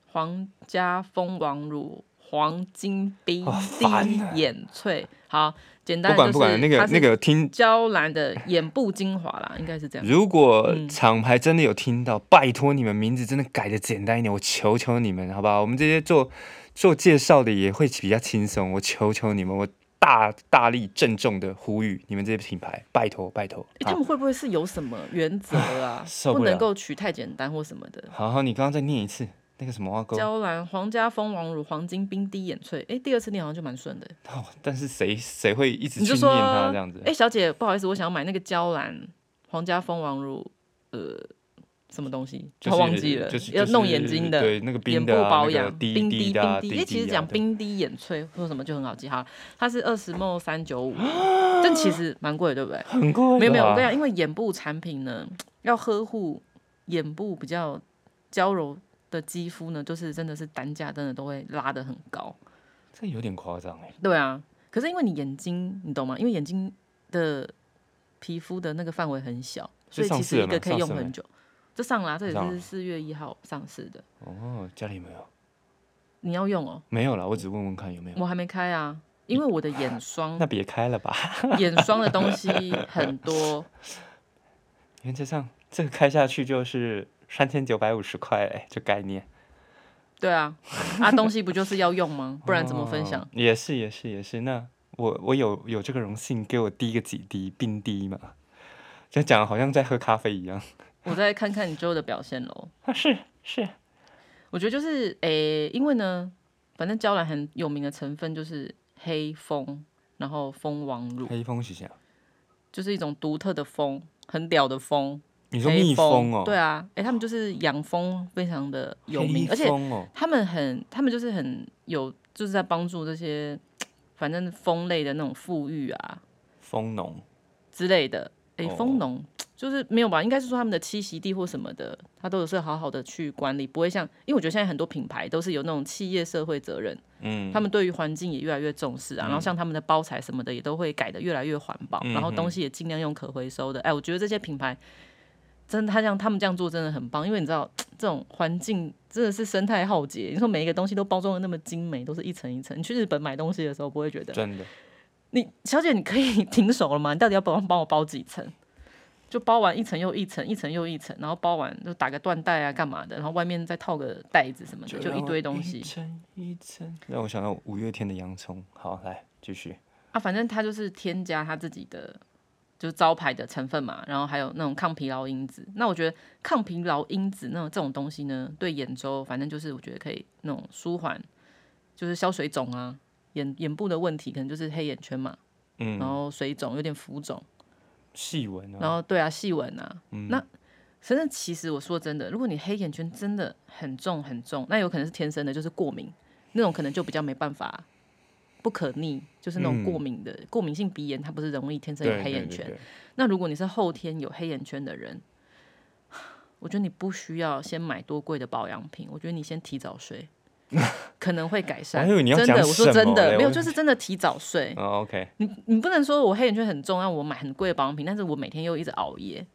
Speaker 2: 皇家蜂王乳、黄金冰
Speaker 1: 啊
Speaker 2: 滴
Speaker 1: 烦啊
Speaker 2: 眼萃，好简单
Speaker 1: 不
Speaker 2: 的就是
Speaker 1: 管不管那个
Speaker 2: 它是
Speaker 1: 那个听，
Speaker 2: 娇兰的眼部精华啦，应该是 这样。
Speaker 1: 如果
Speaker 2: 嗯
Speaker 1: 厂牌真的有听到，拜托你们名字真的改的简单一点，我求求你们，好不好？我们这些做做介绍的也会比较轻松，我求求你们，我大大力郑重的呼吁你们这些品牌，拜托拜托。
Speaker 2: 诶
Speaker 1: 好？
Speaker 2: 他们会不会是有什么原则啊
Speaker 1: 受不
Speaker 2: 不能
Speaker 1: 了
Speaker 2: 够取太简单或什么的。
Speaker 1: 好好，你刚刚再念一次那个什么挖沟，
Speaker 2: 娇兰皇家蜂王乳、黄金冰滴眼萃，诶，第二次念好像就蛮顺的。
Speaker 1: 哦但是谁谁会一直
Speaker 2: 你
Speaker 1: 去
Speaker 2: 就
Speaker 1: 念
Speaker 2: 说
Speaker 1: 它这样子？
Speaker 2: 诶，小姐，不好意思，我想要买那个娇兰皇家蜂王乳，呃，什么东西？
Speaker 1: 就是
Speaker 2: 我忘记了，
Speaker 1: 就是
Speaker 2: 要弄
Speaker 1: 就是
Speaker 2: 眼睛的。
Speaker 1: 对那个
Speaker 2: 眼
Speaker 1: 冰
Speaker 2: 部
Speaker 1: 的啊、
Speaker 2: 保
Speaker 1: 那个
Speaker 2: 养、
Speaker 1: 滴
Speaker 2: 冰
Speaker 1: 滴
Speaker 2: 滴
Speaker 1: 的啊、
Speaker 2: 冰滴，
Speaker 1: 滴
Speaker 2: 因为其实
Speaker 1: 啊
Speaker 2: 讲
Speaker 1: 对
Speaker 2: 冰滴眼萃说什么就很好记哈，它是二十 ml 三九五，但其实蛮贵的，对不对？
Speaker 1: 很贵，
Speaker 2: 没有没有，我跟你，讲，因为眼部产品呢，要呵护眼部比较娇柔的肌肤呢，就是真的是单价真的都会拉得很高。
Speaker 1: 这有点夸张哎。
Speaker 2: 对啊，可是因为你眼睛，你懂吗？因为眼睛的皮肤的那个范围很小，
Speaker 1: 这
Speaker 2: 所以
Speaker 1: 上
Speaker 2: 其
Speaker 1: 市
Speaker 2: 实
Speaker 1: 了
Speaker 2: 一
Speaker 1: 吗
Speaker 2: 个可以
Speaker 1: 上
Speaker 2: 用
Speaker 1: 市了
Speaker 2: 很久。这上啦，这
Speaker 1: 上
Speaker 2: 也
Speaker 1: 了
Speaker 2: 是四月一号上市的。
Speaker 1: 哦，家里有没有，
Speaker 2: 你要用哦，
Speaker 1: 没有啦，我只问问看有没有。
Speaker 2: 我还没开啊，因为我的 眼霜
Speaker 1: 那别开了吧，
Speaker 2: 眼霜的东西很多，
Speaker 1: 原则上这个开下去就是三千九百五十块，哎，这概念。
Speaker 2: 对啊，啊东西不就是要用吗？不然怎么分
Speaker 1: 哦
Speaker 2: 享？
Speaker 1: 也是也是也是，那我我有有这个荣幸，给我滴个几滴冰滴嘛，这讲得好像在喝咖啡一样。
Speaker 2: 我再看看你之后的表现喽。
Speaker 1: 啊，是是，
Speaker 2: 我觉得就是诶、因为呢，反正娇兰很有名的成分就是黑蜂，然后蜂王乳，
Speaker 1: 黑风是这样。
Speaker 2: 就是一种独特的蜂，很屌的蜂。
Speaker 1: 你说
Speaker 2: 黑
Speaker 1: 蜜蜂哦？
Speaker 2: 对啊，诶、他们就是养蜂非常的有名，
Speaker 1: 黑
Speaker 2: 而且
Speaker 1: 蜂哦，
Speaker 2: 他们很，他们就是很有，就是在帮助这些反正蜂类的那种富裕啊
Speaker 1: 蜂农
Speaker 2: 之类的。诶、
Speaker 1: 哦
Speaker 2: 蜂农就是没有吧？应该是说他们的栖息地或什么的，它都有是好好的去管理，不会像，因为我觉得现在很多品牌都是有那种企业社会责任，
Speaker 1: 嗯，
Speaker 2: 他们对于环境也越来越重视啊，然后像他们的包材什么的也都会改的越来越环保，
Speaker 1: 嗯哼
Speaker 2: 然后东西也尽量用可回收的。哎，我觉得这些品牌真的，他这样他们这样做真的很棒，因为你知道这种环境真的是生态浩劫。你说每一个东西都包装的那么精美，都是一层一层。你去日本买东西的时候不会觉得，
Speaker 1: 真的
Speaker 2: 你小姐你可以停手了吗？你到底要帮帮我包几层？就包完一层又一层，一层又一层，然后包完就打个缎带啊，干嘛的，然后外面再套个袋子什么的，就
Speaker 1: 让
Speaker 2: 一
Speaker 1: 我
Speaker 2: 堆东西
Speaker 1: 一层一层，让我想到五月天的洋葱。好，来继续。
Speaker 2: 啊。反正它就是添加它自己的就是招牌的成分嘛，然后还有那种抗疲劳因子。那我觉得抗疲劳因子那种这种东西呢，对眼周反正就是我觉得可以那种舒缓，就是消水肿啊，眼眼部的问题可能就是黑眼圈嘛，然
Speaker 1: 嗯，
Speaker 2: 后水肿有点浮肿。
Speaker 1: 细纹啊，嗯
Speaker 2: 然后对啊，细纹啊，那真的其实我说真的，如果你黑眼圈真的很重很重，那有可能是天生的，就是过敏那种，可能就比较没办法，不可逆，就是那种过敏的、过敏性鼻炎，它不是容易天生有
Speaker 1: 对
Speaker 2: 黑
Speaker 1: 对
Speaker 2: 眼
Speaker 1: 嗯对
Speaker 2: 圈。
Speaker 1: 对
Speaker 2: 那如果你是后天有黑眼圈的人，我觉得你不需要先买多贵的保养品，我觉得你先提 早睡。可能会改善，
Speaker 1: 我还哎以为你要
Speaker 2: 啊真的，
Speaker 1: 讲
Speaker 2: 我说
Speaker 1: 什
Speaker 2: 真
Speaker 1: 么嘞
Speaker 2: 的，没有，
Speaker 1: 我
Speaker 2: 就是真的提早睡。
Speaker 1: 哦，OK，
Speaker 2: 你你不能说我黑眼圈很重，让我买很贵的保养品，但是我每天又一直熬夜，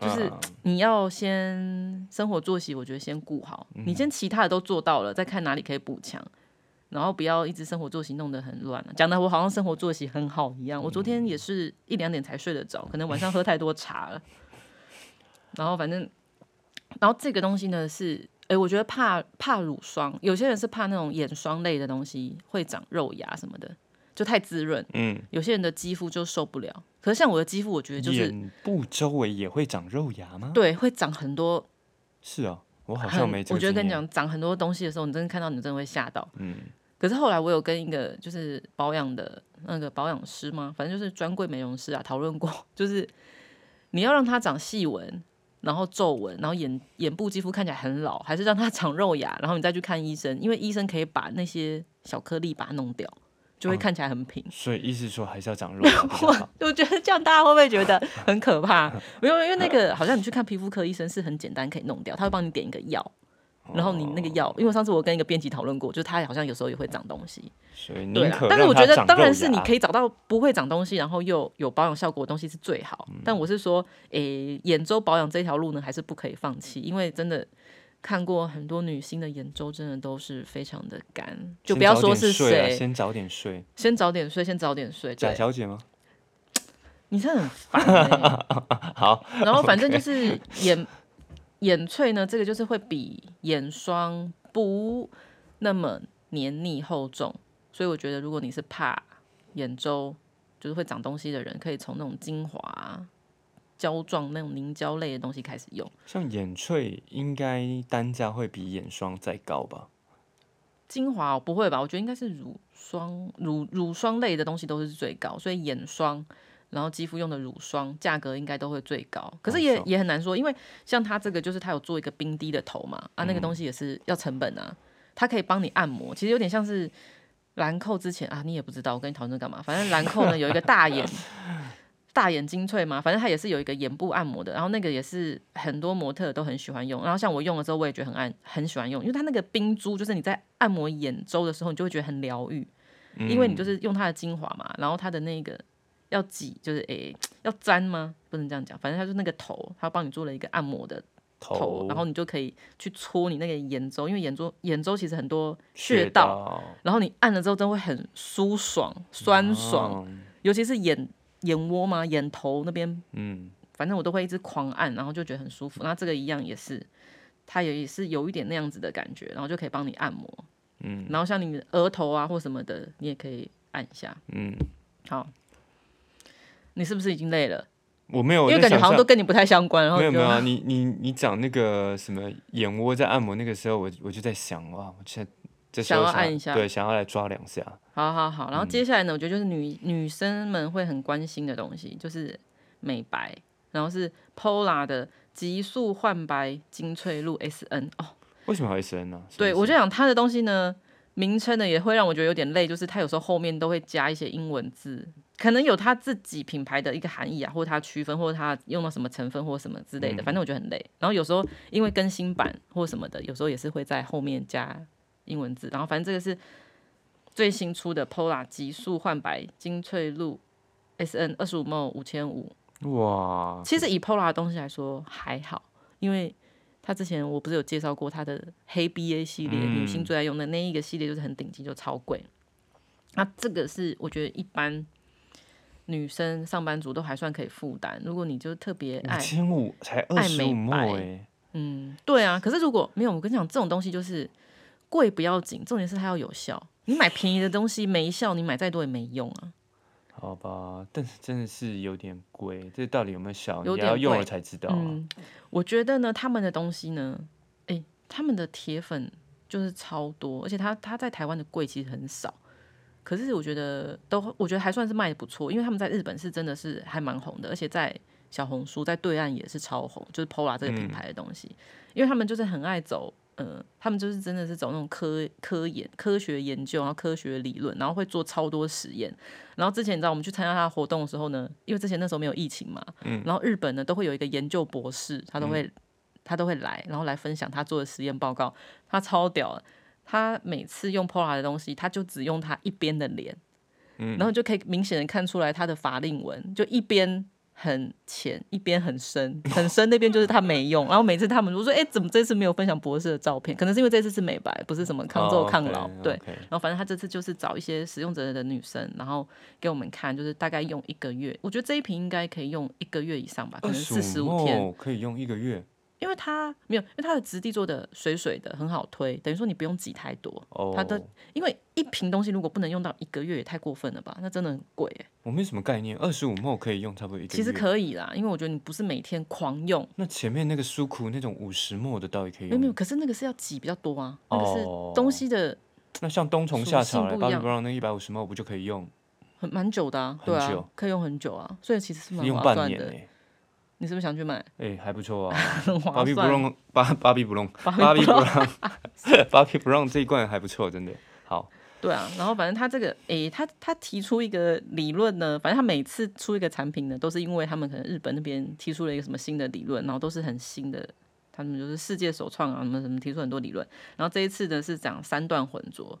Speaker 2: 就是
Speaker 1: 啊
Speaker 2: 你要先生活作息，我觉得先顾好，你先其他的都做到了，再看哪里可以补强，然后不要一直生活作息弄得很乱了、啊讲的我好像生活作息很好一样，我昨天也是一两点才睡得着，可能晚上喝太多茶了，然后反正，然后这个东西呢是。哎、我觉得怕怕乳霜，有些人是怕那种眼霜类的东西会长肉芽什么的，就太滋润。
Speaker 1: 嗯，
Speaker 2: 有些人的肌肤就受不了。可是像我的肌肤，我觉得就是
Speaker 1: 眼部周围也会长肉芽吗？
Speaker 2: 对会长很多
Speaker 1: 是啊，我好
Speaker 2: 很，
Speaker 1: 像没这个
Speaker 2: 我觉得跟
Speaker 1: 经
Speaker 2: 你
Speaker 1: 验
Speaker 2: 讲，长很多东西的时候，你真的看到你真的会吓到。嗯。可是后来我有跟一个就是保养的那个保养师嘛，反正就是专柜美容师啊，讨论过， 就是你要让它长细纹。然后皱纹，然后眼眼部肌肤看起来很老，还是让它长肉芽，然后你再去看医生，因为医生可以把那些小颗粒把它弄掉，
Speaker 1: 嗯
Speaker 2: 就会看起来很平。
Speaker 1: 所以意思说还是要长 肉芽比较好。
Speaker 2: 我觉得这样大家会不会觉得很可怕？没有，因为那个好像你去看皮肤科医生是很简单可以弄掉，他会帮你点一个药，
Speaker 1: 哦
Speaker 2: 然后你那个药，因为上次我跟一个编辑讨论过，就是他好像有时候也会长东西，
Speaker 1: 所以
Speaker 2: 对
Speaker 1: 宁
Speaker 2: 啦
Speaker 1: 可。
Speaker 2: 但是我
Speaker 1: 让它
Speaker 2: 觉得
Speaker 1: 长
Speaker 2: 当然
Speaker 1: 肉
Speaker 2: 是你
Speaker 1: 芽
Speaker 2: 可以找到不会长东西，然后又有保养效果的东西是最好。
Speaker 1: 嗯
Speaker 2: 但我是说，诶、眼周保养这条路呢，还是不可以放弃，因为真的。看过很多女星的眼周，真的都是非常的干，就
Speaker 1: 先
Speaker 2: 不要
Speaker 1: 早
Speaker 2: 说
Speaker 1: 点
Speaker 2: 是
Speaker 1: 睡啊
Speaker 2: 谁，
Speaker 1: 先早点睡。
Speaker 2: 先早点睡，先早点睡。
Speaker 1: 贾
Speaker 2: 对，
Speaker 1: 小姐吗？
Speaker 2: 你真的很烦、欸。
Speaker 1: 好，
Speaker 2: 然后反正就是眼眼翠呢，这个就是会比眼霜不那么黏腻厚重，所以我觉得如果你是怕眼周就是会长东西的人，可以从那种精华啊、胶状那种凝胶类的东西开始用。
Speaker 1: 像眼翠应该单价会比眼霜再高吧？
Speaker 2: 精华哦不会吧？我觉得应该是乳霜、乳乳霜类的东西都是最高，所以眼霜，然后肌肤用的乳霜价格应该都会最高。可是也
Speaker 1: 好爽
Speaker 2: 也很难说，因为像它这个就是它有做一个冰滴的头嘛，啊，那个东西也是要成本啊，它可以帮你按摩，其实有点像是兰蔻之前啊，你也不知道我跟你讨论干嘛，反正兰蔻呢有一个大眼。大眼精粹嘛，反正它也是有一个眼部按摩的，然后那个也是很多模特都很喜欢用，然后像我用了之后，我也觉得很按很喜欢用，因为它那个冰珠就是你在按摩眼周的时候，你就会觉得很疗愈，因
Speaker 1: 嗯
Speaker 2: 为你就是用它的精华嘛，然后它的那个要挤，就是诶、要粘吗？不能这样讲，反正它就是那个头，它帮你做了一个按摩的头，然后你就可以去搓你那个眼周，因为眼周眼周其实很多穴
Speaker 1: 穴
Speaker 2: 道，然后你按了之后真的会很舒爽、酸爽，
Speaker 1: 哦
Speaker 2: 尤其是眼眼窝嘛、眼头那边，
Speaker 1: 嗯，
Speaker 2: 反正我都会一直狂按，然后就觉得很舒服。那这个一样也是，它也也是有一点那样子的感觉，然后就可以帮你按摩。嗯，然后像你的额头啊或什么的，你也可以按一下。嗯，好，你是不是已经累了？
Speaker 1: 哦我没有
Speaker 2: 因为
Speaker 1: 在
Speaker 2: 感觉
Speaker 1: 想
Speaker 2: 好像
Speaker 1: 象，
Speaker 2: 都跟你不太相关，然后
Speaker 1: 没有
Speaker 2: 你就
Speaker 1: 没 有啊，你你你讲那个什么眼窝在按摩那个时候，我我就在想哇，我现在这时候
Speaker 2: 想要按一下
Speaker 1: 对，想要来抓两下。
Speaker 2: 好好
Speaker 1: 嗯
Speaker 2: 好，然后接下来呢，我觉得就是女女生们会很关心的东西，就是美白，然后是 Pola 的极速焕白精粹露 SN 哦，
Speaker 1: 为什么还会生呢？是
Speaker 2: 对
Speaker 1: 不
Speaker 2: 我
Speaker 1: 是
Speaker 2: 就想它的东西呢，名称呢也会让我觉得有点累，就是它有时候后面都会加一些英文字，可能有它自己品牌的一个含义啊，或者它区分，或者它用到什么成分或什么之类的，
Speaker 1: 嗯
Speaker 2: 反正我觉得很累。然后有时候因为更新版或什么的，有时候也是会在后面加英文字，然后反正这个是最新出的 Pola 极速焕白精粹露 S N 二十五 ml 五千五，
Speaker 1: 哇，
Speaker 2: 其实以 Pola 的东西来说还好，因为它之前我不是有介绍过它的黑 BA 系列，
Speaker 1: 嗯
Speaker 2: 女性最爱用的那一个系列就是很顶级，就超贵。那这个是我觉得一般女生上班族都还算可以负担。如果你就特别
Speaker 1: 五
Speaker 2: 爱，
Speaker 1: 千五才二
Speaker 2: 爱
Speaker 1: 十
Speaker 2: 美
Speaker 1: 五墨
Speaker 2: 白
Speaker 1: 哎，
Speaker 2: 嗯，对啊。可是如果没有，我跟你讲，这种东西就是贵不要紧，重点是它要有效。你买便宜的东西没效，你买再多也没用啊。
Speaker 1: 好吧，但是真的是有点贵，这到底有没有效？
Speaker 2: 有
Speaker 1: 你
Speaker 2: 点
Speaker 1: 要用
Speaker 2: 贵
Speaker 1: 了才知道、啊。
Speaker 2: 嗯，我觉得呢，他们的东西呢，诶，他们的铁粉就是超多，而且他他在台湾的柜其实很少，可是我觉得都我觉得还算是卖的不错，因为他们在日本是真的是还蛮红的，而且在小红书在对岸也是超红，就是 Pola 这个品牌的东西，因为他们就是很爱走。呃，他们就是真的是走那种科科研、科学研究，然后科学理论，然后会做超多实验。然后之前你知道我们去参加他的活动的时候呢，因为之前那时候没有疫情嘛，然后日本呢都会有一个研究博士，他都会、他都会来，然后来分享他做的实验报告，他超屌的。他每次用 Pola 的东西，他就只用他一边的脸，然后就可以明显的看出来他的法令纹，就一边很浅，一边很深，很深那边就是他没用。然后每次他们就说：“哎、怎么这次没有分享博士的照片？可能是因为这次是美白，不是什么抗
Speaker 1: 哦
Speaker 2: 皱抗老。对，
Speaker 1: 对，
Speaker 2: 然后反正他这次就是找一些使用者的女生，然后给我们看，就是大概用一个月。我觉得这一瓶应该可以用一个月以上吧，可能四十
Speaker 1: 25
Speaker 2: 五哦天，
Speaker 1: 墨可以用一个月
Speaker 2: 因为它没有，因为它的质地做的水水的，很好推，等于说你不用挤太多。
Speaker 1: 哦。
Speaker 2: 它的因为一瓶东西如果不能用到一个月，也太过分了吧？那真的很贵哎、
Speaker 1: 我没什么概念，二十五墨可以用差不多一个月。
Speaker 2: 其实可以啦，因为我觉得你不是每天狂用，
Speaker 1: 那前面那个舒库那种五十墨的到底可以
Speaker 2: 没有没有，
Speaker 1: 用？
Speaker 2: 可是那个是要挤比较多啊，那个是
Speaker 1: 哦
Speaker 2: 东西的
Speaker 1: 那像冬虫
Speaker 2: 属
Speaker 1: 夏
Speaker 2: 性
Speaker 1: 草嘞
Speaker 2: 不一
Speaker 1: ，Bobbi
Speaker 2: 样
Speaker 1: Brown 那一百五十墨不就可以用？
Speaker 2: 很蛮久的啊，
Speaker 1: 很
Speaker 2: 对
Speaker 1: 久
Speaker 2: 啊，可以用很久啊，所以其实是蛮
Speaker 1: 用
Speaker 2: 划
Speaker 1: 半
Speaker 2: 算
Speaker 1: 年
Speaker 2: 的。
Speaker 1: 哎、
Speaker 2: 你是不是想去买？
Speaker 1: 欸，哎、还不错啊。
Speaker 2: 很划
Speaker 1: Bobbi
Speaker 2: 算。
Speaker 1: Brown，巴 Bobbi Brown，Bobbi Brown，Bobbi Brown 这一罐还不错，真的好。
Speaker 2: 对啊，然后反正他这个，诶、他他提出一个理论呢，反正他每次出一个产品呢，都是因为他们可能日本那边提出了一个什么新的理论，然后都是很新的，他们就是世界首创啊，什么什么提出很多理论，然后这一次呢是讲三段混浊。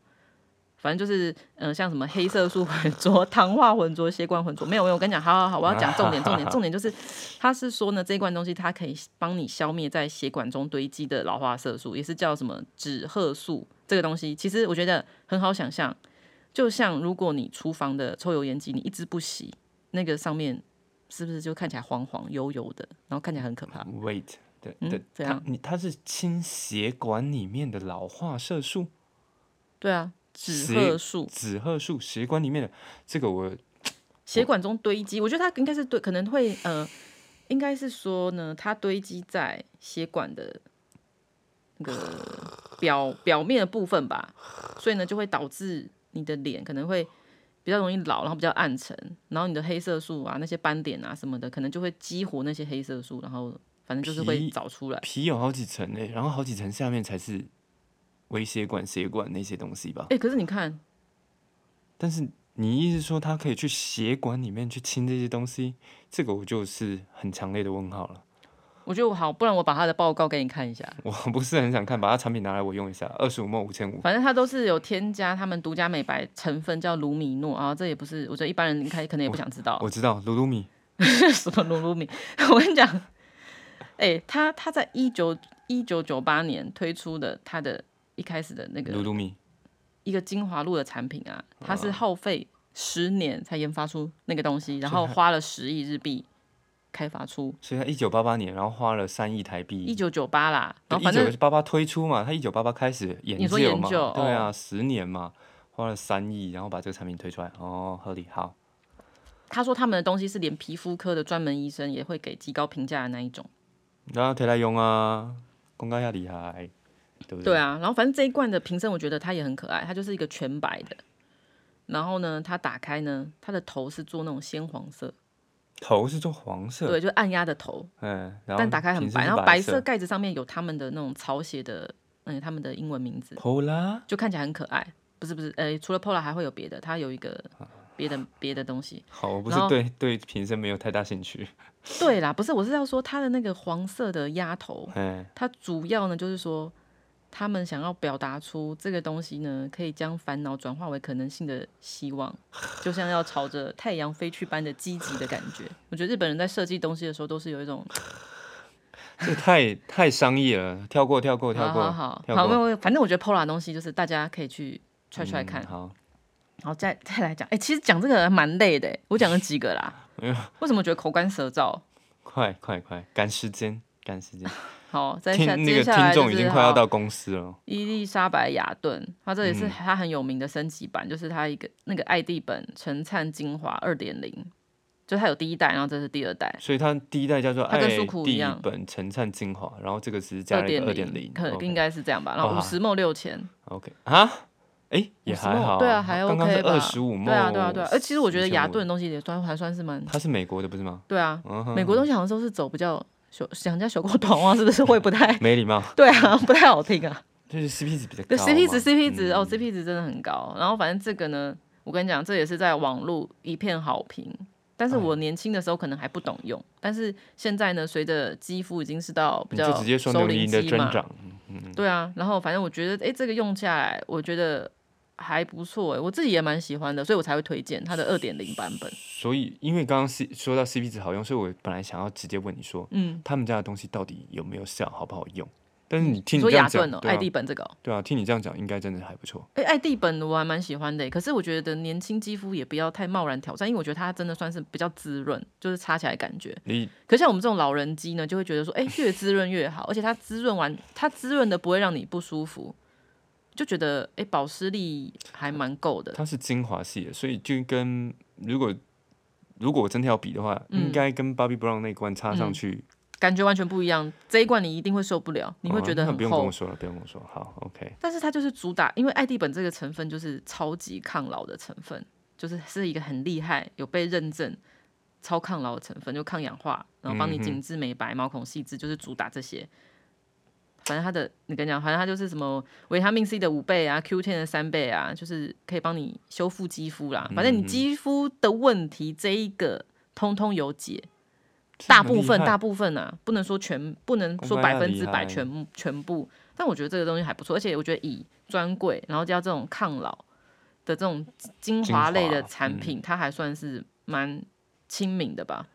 Speaker 2: 反正就是，嗯、像什么黑色素混浊、糖化混浊、血管混浊，没有，没有。我跟你讲，好好好，我要讲重点，重点，重点就是，他是说呢，这一罐东西它可以帮你消灭在血管中堆积的老化色素，也是叫什么脂褐素这个东西。其实我觉得很好想象，就像如果你厨房的抽油烟机你一直不洗，那个上面是不是就看起来黄黄油油的，然后看起来很可怕？
Speaker 1: Wait，对
Speaker 2: 嗯
Speaker 1: 对，
Speaker 2: 怎
Speaker 1: 它
Speaker 2: 样
Speaker 1: 你它是清血管里面的老化色素，
Speaker 2: 对啊，脂
Speaker 1: 谁
Speaker 2: 褐素
Speaker 1: 紫褐素，血管里面的这个我
Speaker 2: 血管中堆积，我觉得它应该是对，可能会呃，应该是说呢，它堆积在血管的那个表表面的部分吧，所以呢就会导致你的脸可能会比较容易老，然后比较暗沉，然后你的黑色素啊那些斑点啊什么的，可能就会激活那些黑色素，然后反正就是会
Speaker 1: 皮
Speaker 2: 找出来。
Speaker 1: 皮有好几层诶、然后好几层下面才是微血管、血管那些东西吧。
Speaker 2: 哎、可是你看，
Speaker 1: 但是你意思说它可以去血管里面去清这些东西，这个我就是很强烈的问号了。
Speaker 2: 我觉得我好，不然我把他的报告给你看一下。
Speaker 1: 我不是很想看，把它产品拿来我用一下，二十五梦五千五。
Speaker 2: 反正它都是有添加他们独家美白成分，叫卢米诺啊，这也不是，我觉得一般人应该可能也不想知道
Speaker 1: 我知道，鲁鲁米
Speaker 2: 什么卢卢米。我跟你讲，哎、他他在一九一九九八年推出的他的一开始的那
Speaker 1: 鲁
Speaker 2: 个
Speaker 1: 鲁米，
Speaker 2: 一个精华露的产品啊，它
Speaker 1: 嗯
Speaker 2: 是耗费十年才研发出那个东西，然后花了十亿日币开发出，
Speaker 1: 所以他一九八八年，然后花了三亿台
Speaker 2: 一
Speaker 1: 币。
Speaker 2: 九九八啦，然后
Speaker 1: 一
Speaker 2: 反正
Speaker 1: 九八八推出嘛，他一九八八开始研
Speaker 2: 你说
Speaker 1: 究嘛，
Speaker 2: 研究哦
Speaker 1: 对啊，十年嘛，花了三亿，然后把这个产品推出来，哦，合理，好，
Speaker 2: 他说他们的东西是连皮肤科的专门医生也会给极高评价的那一种。
Speaker 1: 然后推来用啊，公告要厉害，对不
Speaker 2: 对啊，然后反正这一罐的瓶身，我觉得它也很可爱，它就是一个全白的。然后呢，它打开呢，它的头是做那种鲜黄色，
Speaker 1: 头是做黄色，
Speaker 2: 对，就按压的头，
Speaker 1: 嗯，然后
Speaker 2: 但打开很
Speaker 1: 瓶身
Speaker 2: 白，
Speaker 1: 是
Speaker 2: 然后
Speaker 1: 白
Speaker 2: 白色盖子上面有他们的那种草写的，嗯，他们的英文名字，
Speaker 1: ，Pola，
Speaker 2: 就看起来很可爱。不是不是，呃，除了 Pola 还会有别的，它有一个别的别的东西。
Speaker 1: 好，我不是
Speaker 2: 然后
Speaker 1: 对对瓶身没有太大兴趣，
Speaker 2: 对啦，不是，我是要说它的那个黄色的压头，
Speaker 1: 嗯，
Speaker 2: 它主要呢就是说，他们想要表达出这个东西呢，可以将烦恼转化为可能性的希望，就像要朝着太阳飞去般的积极的感觉。我觉得日本人在设计东西的时候，都是有一种
Speaker 1: 这太太商业了，跳过跳过跳
Speaker 2: 好
Speaker 1: 过，
Speaker 2: 好好
Speaker 1: 跳
Speaker 2: 好，没
Speaker 1: 过，
Speaker 2: 有，没有反正我觉得 Pola 的东西就是大家可以去踹踹看。
Speaker 1: 嗯好，
Speaker 2: 然后再再来讲，哎、其实讲这个还蛮累的，欸我讲了几个 啦。为什么觉得口干舌燥？
Speaker 1: 快快快，赶时间，赶时间。
Speaker 2: 好，再
Speaker 1: 听
Speaker 2: 下
Speaker 1: 那个
Speaker 2: 接下
Speaker 1: 听
Speaker 2: 来
Speaker 1: 众
Speaker 2: 就
Speaker 1: 已
Speaker 2: 是
Speaker 1: 经快要
Speaker 2: 好
Speaker 1: 到公司了，
Speaker 2: 伊丽莎白·雅顿，它这里是
Speaker 1: 嗯
Speaker 2: 它很有名的升级版，就是它一个那个爱地本陈灿精华二点零，就它有第一代，然后这是第二代，
Speaker 1: 所以他第一代叫做
Speaker 2: 它跟
Speaker 1: 爱
Speaker 2: 苏苦一
Speaker 1: 地
Speaker 2: 样
Speaker 1: 本陈灿精华，然后这个只是加
Speaker 2: 二
Speaker 1: 了一个二点
Speaker 2: 点
Speaker 1: 零，
Speaker 2: 可能
Speaker 1: OK
Speaker 2: 应该是这样吧。然后
Speaker 1: 哇
Speaker 2: 五十梦六千，
Speaker 1: OK 啊，哎也
Speaker 2: 50
Speaker 1: 还
Speaker 2: 梦
Speaker 1: 好，
Speaker 2: 对啊，还
Speaker 1: 刚刚
Speaker 2: OK
Speaker 1: 是
Speaker 2: 吧？
Speaker 1: 二十五梦，
Speaker 2: 对啊，对啊，对啊。而其实我觉得
Speaker 1: 45
Speaker 2: 雅顿的东西也算还算是蛮，
Speaker 1: 他是美国的不是吗？
Speaker 2: 对啊，
Speaker 1: 嗯哼，
Speaker 2: 美国东西好像都是走比较小，想家小狗短袜是不是会不太？
Speaker 1: 没礼貌，
Speaker 2: 对啊，不太好听啊。
Speaker 1: 就是 CP 值比较高
Speaker 2: 对
Speaker 1: 嘛
Speaker 2: ，CP 值 CP 值、哦
Speaker 1: 嗯
Speaker 2: ，CP 值真的很高。然后反正这个呢，我跟你讲，这也是在网络一片好评。但
Speaker 1: 哎
Speaker 2: 是我年轻的时候可能还不懂用，但是现在呢，随着肌肤已经是到比
Speaker 1: 你
Speaker 2: 较
Speaker 1: 就直接说
Speaker 2: 熟
Speaker 1: 牛一
Speaker 2: 龄
Speaker 1: 的
Speaker 2: 肌
Speaker 1: 专
Speaker 2: 嘛，
Speaker 1: 长，
Speaker 2: 对啊。然后反正我觉得，哎、这个用下来，我觉得还不错、诶我自己也蛮喜欢的，所以我才会推荐它的二点零版本。
Speaker 1: 所以因为刚刚 C 说到 CP 值好用，所以我本来想要直接问你说，
Speaker 2: 嗯，
Speaker 1: 他们家的东西到底有没有效，好不好用？但是你听
Speaker 2: 你
Speaker 1: 你这
Speaker 2: 说
Speaker 1: 样
Speaker 2: 雅
Speaker 1: 讲
Speaker 2: 顿哦，，
Speaker 1: 对
Speaker 2: 爱
Speaker 1: 啊
Speaker 2: 地本这个、哦，
Speaker 1: 对啊，听你这样讲，应该真的还不错。
Speaker 2: 哎、爱地本我还蛮喜欢的欸，可是我觉得年轻肌肤也不要太贸然挑战，因为我觉得它真的算是比较滋润，就是擦起来感觉。
Speaker 1: 你
Speaker 2: 可像我们这种老人肌呢，就会觉得说，哎、越滋润越好，而且它滋润完，它滋润的不会让你不舒服，就觉得哎、保湿力还蛮够的。
Speaker 1: 它是精华系的，所以就跟如果如果我真的要比的话，
Speaker 2: 嗯
Speaker 1: 应该跟 Bobby Brown 那一罐插上
Speaker 2: 嗯
Speaker 1: 去，
Speaker 2: 感觉完全不一样。这一罐你一定会受不了，嗯你会
Speaker 1: 哦
Speaker 2: 觉得
Speaker 1: 那不
Speaker 2: 很
Speaker 1: 用跟
Speaker 2: 厚
Speaker 1: 我。说了，不用跟我说。好，OK，
Speaker 2: 但是它就是主打，因为艾地本这个成分就是超级抗老的成分，就是是一个很厉害、有被认证超抗老的成分，就抗氧化，然后帮你
Speaker 1: 嗯哼
Speaker 2: 紧致美白、毛孔细致，就是主打这些。反正它的，你跟你讲，反正它就是什么维他命 C 的五倍啊，Q 1 0的三倍啊，就是可以帮你修复肌肤啦。反
Speaker 1: 嗯
Speaker 2: 正你肌肤的问题，这一个通通有解。大部分大部分啊，不能说全，不能说
Speaker 1: Oh my
Speaker 2: 百分之
Speaker 1: God，
Speaker 2: 百
Speaker 1: 厉害
Speaker 2: 全部全部，但我觉得这个东西还不错，而且我觉得以专柜，然后加这种抗老的这种精
Speaker 1: 精
Speaker 2: 华类的
Speaker 1: 华嗯
Speaker 2: 产品，它还算是蛮亲民的吧。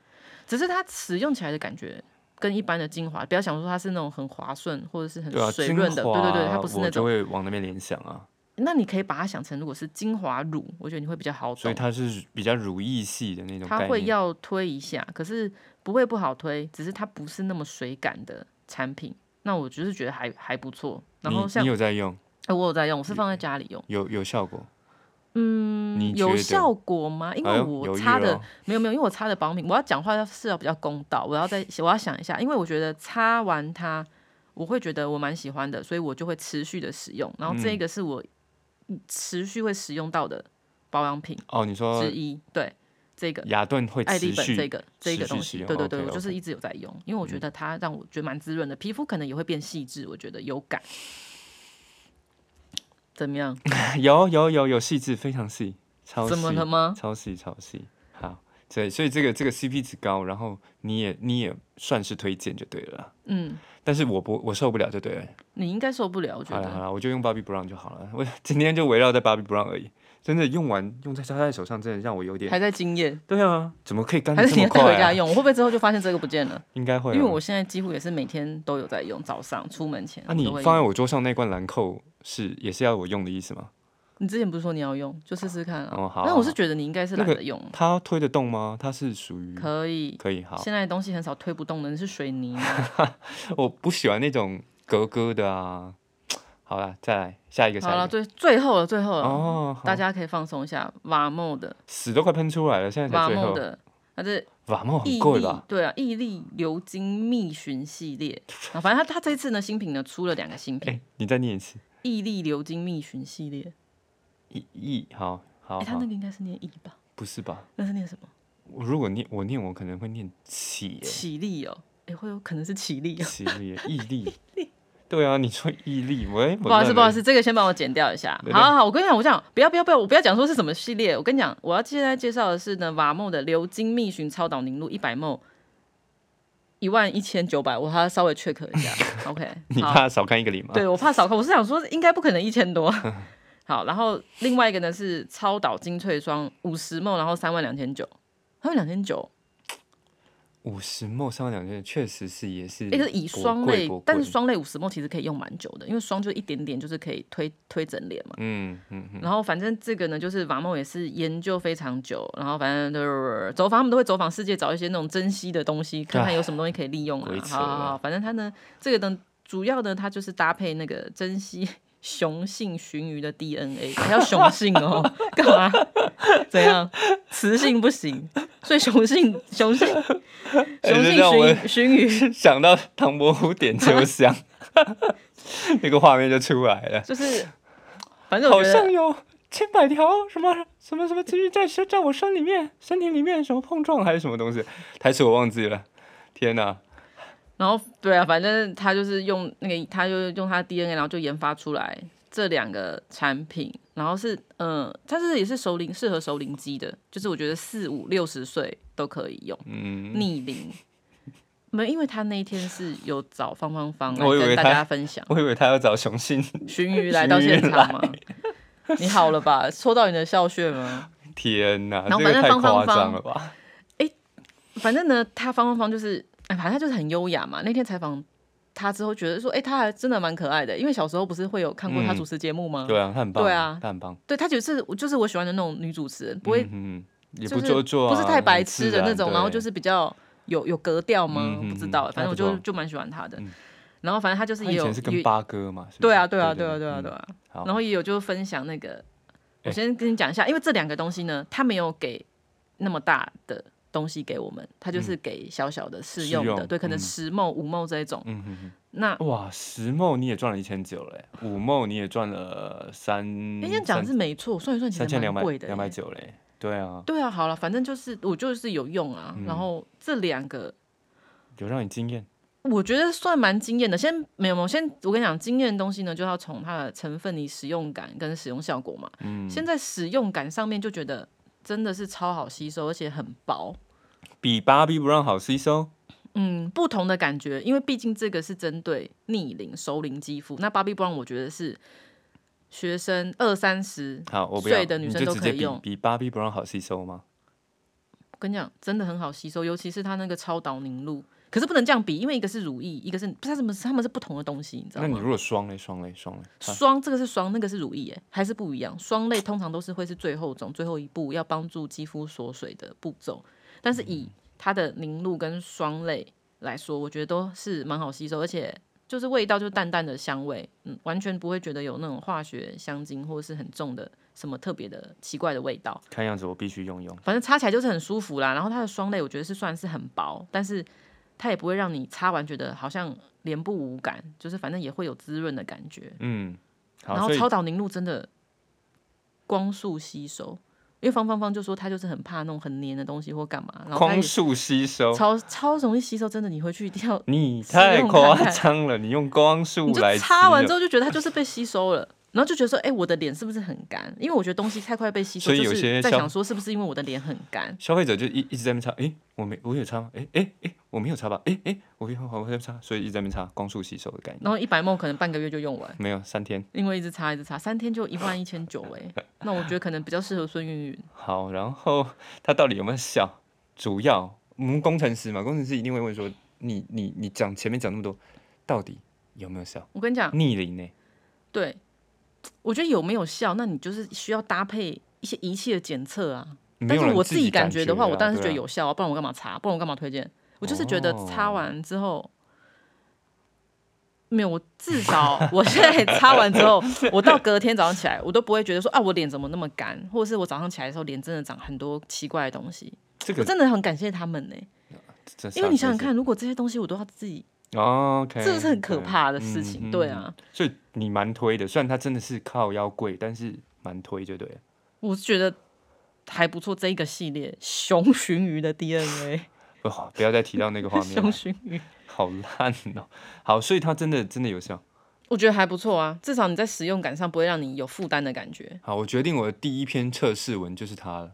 Speaker 2: 只是它使用起来的感觉跟一般的精华，不要想说它是那种很滑顺或者是很
Speaker 1: 对啊，
Speaker 2: 水
Speaker 1: 精
Speaker 2: 润的，对对对，它
Speaker 1: 华
Speaker 2: 不是
Speaker 1: 我
Speaker 2: 那
Speaker 1: 就
Speaker 2: 种。
Speaker 1: 会往那边联想啊，
Speaker 2: 那你可以把它想成如果是精华乳，我觉得你会比较好
Speaker 1: 所以
Speaker 2: 懂。
Speaker 1: 它是比较如意系的那种概
Speaker 2: 它
Speaker 1: 念。
Speaker 2: 会要推一下，可是不会不好推，只是它不是那么水感的产品。那我就是觉得还还不错。然后
Speaker 1: 你
Speaker 2: 像
Speaker 1: 你、有在用，
Speaker 2: 呃我有在用，我是放在家里用，
Speaker 1: 有有效果？嗯，你
Speaker 2: 有
Speaker 1: 觉得
Speaker 2: 效果吗？因
Speaker 1: 哎
Speaker 2: 为
Speaker 1: 呦
Speaker 2: 我
Speaker 1: 犹豫
Speaker 2: 擦的、
Speaker 1: 了哦
Speaker 2: 没有没有，因为我擦的保养品，我要讲话要是要比较公道，我要再我要想一下，因为我觉得擦完它，我会觉得我蛮喜欢的，所以我就会持续的使用。然后
Speaker 1: 嗯
Speaker 2: 这个是我嗯持续会使用到的保养品
Speaker 1: 哦，你说
Speaker 2: 之一，对这个。
Speaker 1: 雅顿会
Speaker 2: 艾
Speaker 1: 持
Speaker 2: 丽本
Speaker 1: 续
Speaker 2: 这个这个
Speaker 1: 持续
Speaker 2: 东
Speaker 1: 使
Speaker 2: 西，
Speaker 1: 用
Speaker 2: 对对对，
Speaker 1: ，OK，
Speaker 2: 我就是
Speaker 1: OK 嗯
Speaker 2: 一直有在用，因为我觉得它让我觉得蛮滋润的，皮肤可能也会变细致，我觉得有感。怎么样？
Speaker 1: 有有有有细致，非常细，超细，
Speaker 2: 怎么了吗？
Speaker 1: 超细超细。好，对，所以这个这个 CP 值高，然后你也你也算是推荐就对了啦，
Speaker 2: 嗯，
Speaker 1: 但是我不我受不了就对了。
Speaker 2: 你应该受不了，我觉
Speaker 1: 好了好
Speaker 2: 得。
Speaker 1: 了，我就用 Bobbi Brown 就好了。我今天就围绕在 Bobbi Brown 而已。真的用完用在他在手上，真的让我有点
Speaker 2: 还在惊艳，
Speaker 1: 对啊，怎么可以干
Speaker 2: 还
Speaker 1: 的
Speaker 2: 是
Speaker 1: 这
Speaker 2: 你要
Speaker 1: 么
Speaker 2: 带
Speaker 1: 快、
Speaker 2: 回家
Speaker 1: 啊？
Speaker 2: 用？我会不会之后就发现这个不见了？
Speaker 1: 应该会
Speaker 2: 因
Speaker 1: 啊，
Speaker 2: 为我现在几乎也是每天都有在用，早上出门前
Speaker 1: 那、
Speaker 2: 我
Speaker 1: 你
Speaker 2: 都会
Speaker 1: 放在
Speaker 2: 用。
Speaker 1: 我桌上那罐兰蔻是也是要我用的意思吗？
Speaker 2: 你之前不是说你要用，就试试看啊。
Speaker 1: 哦好
Speaker 2: 但我是觉得你应该是
Speaker 1: 那
Speaker 2: 懒
Speaker 1: 个
Speaker 2: 得用，
Speaker 1: 它推得动吗？它是属于
Speaker 2: 可以。
Speaker 1: 可以好，
Speaker 2: 现在的东西很少推不动的，你是水泥吗？
Speaker 1: 我不喜欢那种格格的啊。好了，再来下一个，
Speaker 2: 好
Speaker 1: 下
Speaker 2: 了，
Speaker 1: 一个。
Speaker 2: 最最后了，最后了。
Speaker 1: 哦，好
Speaker 2: 大家可以放松一下。瓦莫的，
Speaker 1: 屎都快喷出来了，现在才
Speaker 2: 瓦
Speaker 1: 最
Speaker 2: 莫
Speaker 1: 后。
Speaker 2: 的，它是
Speaker 1: 瓦莫很
Speaker 2: 毅
Speaker 1: 贵
Speaker 2: 力
Speaker 1: 吧？，
Speaker 2: 对啊，毅力流金蜜寻系列。啊，反正它它这次呢新品呢出了两个新
Speaker 1: 哎、
Speaker 2: 品，
Speaker 1: 你再念一次。
Speaker 2: 毅力流金蜜寻系列。
Speaker 1: 一亿，好好
Speaker 2: 哎，它
Speaker 1: 好
Speaker 2: 那，个应该是念毅吧？
Speaker 1: 不是吧？
Speaker 2: 那是念什么？
Speaker 1: 我如果念我念，我可能会念起耶
Speaker 2: 起立哦，哎，会有可能是起 立哦。
Speaker 1: 起力耶毅 力。对啊，你说毅力，哎喂，
Speaker 2: 不好意思，不好意
Speaker 1: 思，
Speaker 2: 思，这个先帮我剪掉一下。
Speaker 1: 对对
Speaker 2: 好好好，我跟你讲，我讲不要不要不要，我不要讲说是什么系列。我跟你讲，我要现在介绍的是呢，瓦莫的流金蜜寻超导凝露一百 ml，一万一千九百，我还要稍微 check 一下。OK，
Speaker 1: 你
Speaker 2: 好。
Speaker 1: 怕少看一个零吗？
Speaker 2: 对我怕少看，我是想说应该不可能一千多。 好，然后另外一个呢是超导精粹霜五十梦，然后三万两千九，三万两千九，
Speaker 1: 五十梦上两件确实是也是
Speaker 2: 一个以
Speaker 1: 薄
Speaker 2: 霜
Speaker 1: 嗯贵
Speaker 2: 类
Speaker 1: 薄，
Speaker 2: 但是
Speaker 1: 贵
Speaker 2: 霜类五十梦其实可以用蛮久的，因为霜就一点点就是可以推推整脸嘛。
Speaker 1: 嗯嗯嗯，
Speaker 2: 然后反正这个呢，就是瓦梦也是研究非常久，然后反正就是走访他们都会走访世界，找一些那种珍稀的东西，看看有什么东西可以利用啊
Speaker 1: 鬼。扯
Speaker 2: 好好好，反正它呢，这个呢，主要呢，它就是搭配那个珍稀 雄性鲟鱼的 DNA，还要雄性哦，干嘛？怎样？雌性不行，所以雄性雄性
Speaker 1: 哎
Speaker 2: 雄
Speaker 1: 这
Speaker 2: 性
Speaker 1: 让我
Speaker 2: 鲟鲟鱼
Speaker 1: 嗯 想到唐伯虎点秋香， 那个画面就出来了，
Speaker 2: 就是，反正
Speaker 1: 好
Speaker 2: 我觉得
Speaker 1: 像有千百条什么什么什么金鱼在身在我身里面身体里面什么碰撞还是什么东西，台词我忘记了，天哪，
Speaker 2: 然后对啊，反正他就是用那个，他就用他的 DNA，然后就研发出来这两个产品，然后是嗯，它是也是熟龄适合熟龄肌的，就是我觉得四五六十岁都可以用
Speaker 1: 嗯，
Speaker 2: 逆龄。没有，因为他那一天是有找方芳芳 来
Speaker 1: 我以为
Speaker 2: 跟大
Speaker 1: 他
Speaker 2: 家分 享
Speaker 1: 我以为他要找雄性，
Speaker 2: 寻鱼来到现场嘛。你好了吧？戳到你的笑穴吗？
Speaker 1: 天哪，
Speaker 2: 然后
Speaker 1: 这个
Speaker 2: 反正
Speaker 1: 太
Speaker 2: 方
Speaker 1: 夸
Speaker 2: 方
Speaker 1: 张了吧？
Speaker 2: 反正呢，他方方方就是，哎，反正他就是很优雅嘛。那天采访他之后，觉得说，哎、他还真的蛮可爱的。因为小时候不是会有看过他
Speaker 1: 嗯
Speaker 2: 主持节目吗？
Speaker 1: 对啊，他很棒，
Speaker 2: 对啊
Speaker 1: 他很棒，
Speaker 2: 对他就是我就是我喜欢的那种女主持人，不会
Speaker 1: 嗯嗯，也
Speaker 2: 就
Speaker 1: 不
Speaker 2: 是
Speaker 1: 做作、啊，
Speaker 2: 不是太白痴的那种，
Speaker 1: 很自
Speaker 2: 然后就是是比较有有格调吗？
Speaker 1: 嗯嗯嗯
Speaker 2: 不知道，反正我
Speaker 1: 那
Speaker 2: 就
Speaker 1: 不错
Speaker 2: 就蛮喜欢他的。
Speaker 1: 嗯
Speaker 2: 然后反正他就是
Speaker 1: 他
Speaker 2: 也
Speaker 1: 以
Speaker 2: 有
Speaker 1: 前是跟
Speaker 2: 也
Speaker 1: 八哥嘛，是不
Speaker 2: 对啊
Speaker 1: 是
Speaker 2: 对啊对
Speaker 1: 对
Speaker 2: 啊对啊
Speaker 1: 嗯
Speaker 2: 对啊，
Speaker 1: 好
Speaker 2: 然后也有就分享那个，我
Speaker 1: 哎
Speaker 2: 先跟你讲一下，因为这两个东西呢，他没有给那么大的东西给我们，他就是给小小的试用
Speaker 1: 嗯试
Speaker 2: 的，
Speaker 1: 用
Speaker 2: 对，可
Speaker 1: 嗯
Speaker 2: 能十梦五梦这一种。
Speaker 1: 嗯嗯嗯。
Speaker 2: 那
Speaker 1: 哇，十梦你也赚了一千九嘞，五梦你也赚了三，
Speaker 2: 人家讲
Speaker 1: 三
Speaker 2: 是没错，算一算其
Speaker 1: 三
Speaker 2: 实
Speaker 1: 千
Speaker 2: 蛮
Speaker 1: 两百
Speaker 2: 贵的
Speaker 1: 两百
Speaker 2: 耶。
Speaker 1: 九嘞，对啊，
Speaker 2: 对啊，好了，反正就是我就是有用啊，
Speaker 1: 嗯
Speaker 2: 然后这两个
Speaker 1: 有让你惊艳，
Speaker 2: 我觉得算蛮惊艳的。先没有没有，先我跟你讲，惊艳的东西呢，就要从它的成分、你使用感跟使用效果嘛。
Speaker 1: 嗯，
Speaker 2: 现在使用感上面就觉得真的是超好吸收，而且很薄。
Speaker 1: 比芭比不让好吸收，
Speaker 2: 嗯，不同的感觉，因为毕竟这个是针对逆龄、熟龄肌肤。那 Bobbi Brown 我觉得是学生二三十，
Speaker 1: 好，我不要，
Speaker 2: 睡的女
Speaker 1: 你
Speaker 2: 生
Speaker 1: 就
Speaker 2: 都
Speaker 1: 直
Speaker 2: 可
Speaker 1: 接
Speaker 2: 以
Speaker 1: 比
Speaker 2: 用
Speaker 1: 比芭比不让好吸收吗？
Speaker 2: 我跟你讲，真的很好吸收，尤其是它那个超导凝露。可是不能这样比，因为一个是乳液，一个是不是它们是它们是不同的东西，你知道
Speaker 1: 那你
Speaker 2: 吗？
Speaker 1: 如果霜嘞，霜嘞，霜嘞，啊
Speaker 2: 霜这个是霜，那个是乳液，哎，还是不一样。霜类通常都是会是最后种、最后一步要帮助肌肤锁水的步骤，但是以它的凝露跟霜类来说，我觉得都是蛮好吸收，而且就是味道就淡淡的香味，嗯，完全不会觉得有那种化学香精或者是很重的什么特别的奇怪的味道。
Speaker 1: 看样子我必须用用，
Speaker 2: 反正擦起来就是很舒服啦。然后它的霜类我觉得是算是很薄，但是它也不会让你擦完觉得好像脸部无感，就是反正也会有滋润的感觉。
Speaker 1: 嗯，好，
Speaker 2: 然后
Speaker 1: 所以
Speaker 2: 超导凝露真的光速吸收，因为方芳芳就说她就是很怕那种很黏的东西或干嘛，然后她
Speaker 1: 光
Speaker 2: 也
Speaker 1: 速吸收，
Speaker 2: 超超容易吸收，真的你回去 一定要，
Speaker 1: 你
Speaker 2: 使
Speaker 1: 太
Speaker 2: 用
Speaker 1: 夸
Speaker 2: 看看
Speaker 1: 张了，你用光
Speaker 2: 你
Speaker 1: 速
Speaker 2: 就
Speaker 1: 来
Speaker 2: 擦完之
Speaker 1: 后，
Speaker 2: 后就觉得它就是被吸收了。然后就觉得说，哎、我的脸是不是很干？因为我觉得东西太快被吸收，
Speaker 1: 所以有
Speaker 2: 就
Speaker 1: 些
Speaker 2: 是在
Speaker 1: 像
Speaker 2: 想说，是不是因为我的脸很干？
Speaker 1: 消费者就一一直在那边擦，诶，我没我有擦吗？诶诶诶，我没有擦吧？诶诶，我有我在那边擦，所以一直在那边擦，光速吸收的概念。
Speaker 2: 然后一百梦可能半个月就用完。
Speaker 1: 没有三天。
Speaker 2: 因为一直擦一直擦，三天就一万一千九哎，那我觉得可能比较适合孙云云。
Speaker 1: 好，然后 他到底有没有效？主要我们工程师嘛，工程师一定会问说，你你你讲前面讲那么多，到底有没有效？
Speaker 2: 我跟你讲，
Speaker 1: 逆龄呢？
Speaker 2: 对，我觉得有没有效，那你就是需要搭配一些仪器的检测啊。
Speaker 1: 没
Speaker 2: 但
Speaker 1: 有
Speaker 2: 是
Speaker 1: 人
Speaker 2: 我
Speaker 1: 自
Speaker 2: 己
Speaker 1: 感
Speaker 2: 感觉的话，
Speaker 1: 啊
Speaker 2: 我当然是觉
Speaker 1: 对啊
Speaker 2: 得
Speaker 1: 哦
Speaker 2: 有效啊，不然我干嘛擦？不然我干嘛推荐？我就是觉得擦完之后。没有，我至少我现在擦完之后，我到隔天早上起来，我都不会觉得说啊，我脸怎么那么干，或者是我早上起来的时候脸真的长很多奇怪的东西。
Speaker 1: 这
Speaker 2: 我
Speaker 1: 个，
Speaker 2: 真的很感谢他们呢、
Speaker 1: 这
Speaker 2: 因为你想想看，如果这些东西我都要自己
Speaker 1: 哦，OK，
Speaker 2: 这是很可
Speaker 1: 对
Speaker 2: 怕的事情，对，
Speaker 1: 嗯嗯
Speaker 2: 啊，
Speaker 1: 嗯所以你蛮推的，虽然它真的是靠腰贵，但是蛮推就对了。
Speaker 2: 我是觉得还不错。这一个系列熊鲟鱼的 DNA，
Speaker 1: 哦，不要再提到那个画面
Speaker 2: 熊
Speaker 1: 了，
Speaker 2: 鲟鱼，
Speaker 1: 好烂哦。好，所以它真的真的有效。
Speaker 2: 我觉得还不错啊，至少你在使用感上不会让你有负担的感觉。
Speaker 1: 好，我决定我的第一篇测试文就是它了。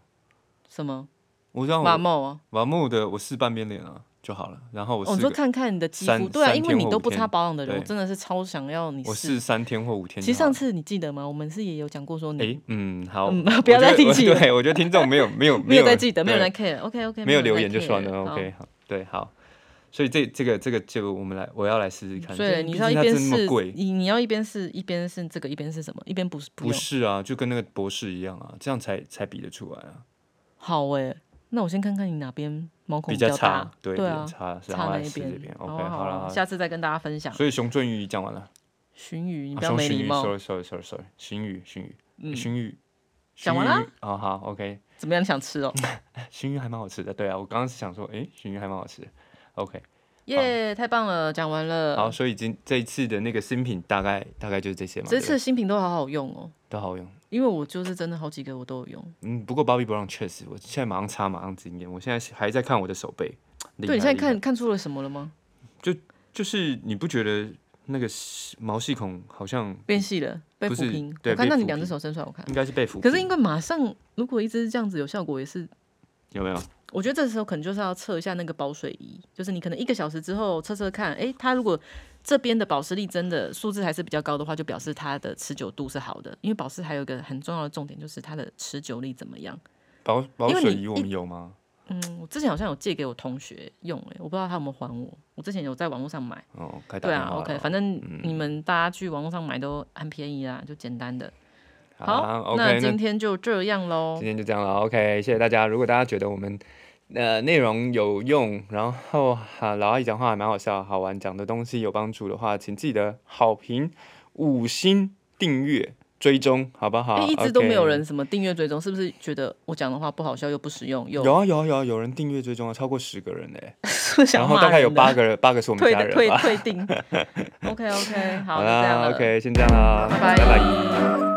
Speaker 2: 什么
Speaker 1: 我让我
Speaker 2: 马茂啊？
Speaker 1: 瓦木的我试半边脸啊就好了，然后我
Speaker 2: 哦，你
Speaker 1: 试
Speaker 2: 说
Speaker 1: 个、
Speaker 2: 看看你的肌肤，
Speaker 1: 三
Speaker 2: 对啊，
Speaker 1: 三
Speaker 2: 因为
Speaker 1: 天
Speaker 2: 你
Speaker 1: 或
Speaker 2: 都
Speaker 1: 五
Speaker 2: 不
Speaker 1: 天
Speaker 2: 擦保养的人，
Speaker 1: 对
Speaker 2: 我真的是超想要你
Speaker 1: 我
Speaker 2: 试。
Speaker 1: 试三天或五天就好了。
Speaker 2: 其实上次你记得吗？我们是也有讲过说
Speaker 1: 哎、
Speaker 2: 你
Speaker 1: 嗯好，
Speaker 2: 嗯
Speaker 1: 我
Speaker 2: 不要
Speaker 1: 觉
Speaker 2: 再
Speaker 1: 得
Speaker 2: 提
Speaker 1: 我
Speaker 2: 起了
Speaker 1: 对，我觉得听众没有没有
Speaker 2: 没有在记得，
Speaker 1: 对
Speaker 2: 没有人在 care。OK OK，
Speaker 1: 没有留言就算了。
Speaker 2: OK。
Speaker 1: OK 好，对，好，所以这这个这个这个我们来我要来试试看。
Speaker 2: 嗯所以
Speaker 1: 这
Speaker 2: 你
Speaker 1: 毕
Speaker 2: 要
Speaker 1: 竟
Speaker 2: 一
Speaker 1: 它
Speaker 2: 边
Speaker 1: 真那么
Speaker 2: 试
Speaker 1: 贵，
Speaker 2: 你你要一边试一边是这个，一边是什么？一边不是
Speaker 1: 不
Speaker 2: 用。
Speaker 1: 是啊，就跟那个博士一样啊，这样才才比得出来啊，
Speaker 2: 好哎、那我先看看你哪边毛孔
Speaker 1: 比
Speaker 2: 较
Speaker 1: 较差
Speaker 2: 大，，
Speaker 1: 对，
Speaker 2: 对
Speaker 1: 比
Speaker 2: 啊
Speaker 1: 较，差，然
Speaker 2: 差
Speaker 1: 后
Speaker 2: 那
Speaker 1: 来
Speaker 2: 一
Speaker 1: 试这边
Speaker 2: 边。
Speaker 1: ，OK，
Speaker 2: 好啊
Speaker 1: 好
Speaker 2: 好
Speaker 1: 了，
Speaker 2: 啊
Speaker 1: 好了
Speaker 2: 下次再跟大家分享。
Speaker 1: 所以熊鳟鱼讲完了，
Speaker 2: 鲟鱼，你
Speaker 1: 啊
Speaker 2: 不要没
Speaker 1: 熊鲟
Speaker 2: 礼
Speaker 1: 鱼
Speaker 2: 貌。
Speaker 1: ，sorry，sorry，sorry，sorry，鲟鱼，鲟鱼，
Speaker 2: 嗯，
Speaker 1: 鲟鱼，
Speaker 2: 讲完
Speaker 1: 鲟
Speaker 2: 啦
Speaker 1: 鱼，啊好，OK，
Speaker 2: 怎么样？你想吃哦？
Speaker 1: 鲟鱼还蛮好吃的，对啊，我刚刚是想说，诶，鲟鱼还蛮好吃的，OK，
Speaker 2: 耶、太棒了，讲完了。
Speaker 1: 好，所以今这一次的那个新品大概大概就是这些嘛，
Speaker 2: 这
Speaker 1: 对不对
Speaker 2: 次新品都好好用哦，
Speaker 1: 都好用。
Speaker 2: 因为我就是真的好几个我都有用。
Speaker 1: 嗯，不过 Bobby Brown 确实，我现在马上擦，马上惊艳。我现在是还在看我的手背，厉
Speaker 2: 对，你
Speaker 1: 害
Speaker 2: 现在
Speaker 1: 厉害
Speaker 2: 看看出了什么了吗？
Speaker 1: 就是你不觉得那个毛细孔好像
Speaker 2: 变细了，被
Speaker 1: 不
Speaker 2: 抚
Speaker 1: 是
Speaker 2: 平。
Speaker 1: 对
Speaker 2: 我看
Speaker 1: 被
Speaker 2: 到你
Speaker 1: 抚
Speaker 2: 两只
Speaker 1: 平
Speaker 2: 手伸出来，我看。
Speaker 1: 应该是被抚平？
Speaker 2: 可是因为马上，如果一直这样子有效果，也是
Speaker 1: 有没有？
Speaker 2: 我觉得这时候可能就是要测一下那个保水仪，就是你可能一个小时之后测测看，诶，它如果这边的保湿力真的数字还是比较高的话，就表示它的持久度是好的。因为保湿还有一个很重要的重点就是它的持久力怎么样。
Speaker 1: 保保
Speaker 2: 因为
Speaker 1: 水
Speaker 2: 你
Speaker 1: 仪我们有吗？
Speaker 2: 嗯，我之前好像有借给我同学用、诶，我不知道他有没有还我。我之前有在网络上买，
Speaker 1: 哦，该打
Speaker 2: 对
Speaker 1: 电
Speaker 2: 啊
Speaker 1: 话了。嗯
Speaker 2: ，OK，反正你们大家去网络上买都很便宜啦，就简单的。好，
Speaker 1: 啊，OK，
Speaker 2: 那
Speaker 1: 那
Speaker 2: 今天就这样喽
Speaker 1: 今。天就这样了，OK，谢谢大家。如果大家觉得我们呃内容有用，然后哈、老阿姨讲话还蛮好笑、好玩，讲的东西有帮助的话，请记得好评、五星、订阅、追踪，好不好
Speaker 2: 因为一直都没有
Speaker 1: 啊 OK
Speaker 2: 人什么订阅追踪，是不是觉得我讲的话不好笑又不实用又
Speaker 1: 有啊有啊有啊，有人订阅追踪啊，超过十个人嘞、
Speaker 2: 想
Speaker 1: 然后
Speaker 2: 骂
Speaker 1: 大概有
Speaker 2: 人的
Speaker 1: 八个人，八个是我们
Speaker 2: 退
Speaker 1: 家
Speaker 2: 的
Speaker 1: 人
Speaker 2: 退
Speaker 1: 吧。
Speaker 2: 退订。OK OK，好，就这样
Speaker 1: 啦
Speaker 2: 了
Speaker 1: ，OK，先这样啦，
Speaker 2: 拜拜
Speaker 1: 拜拜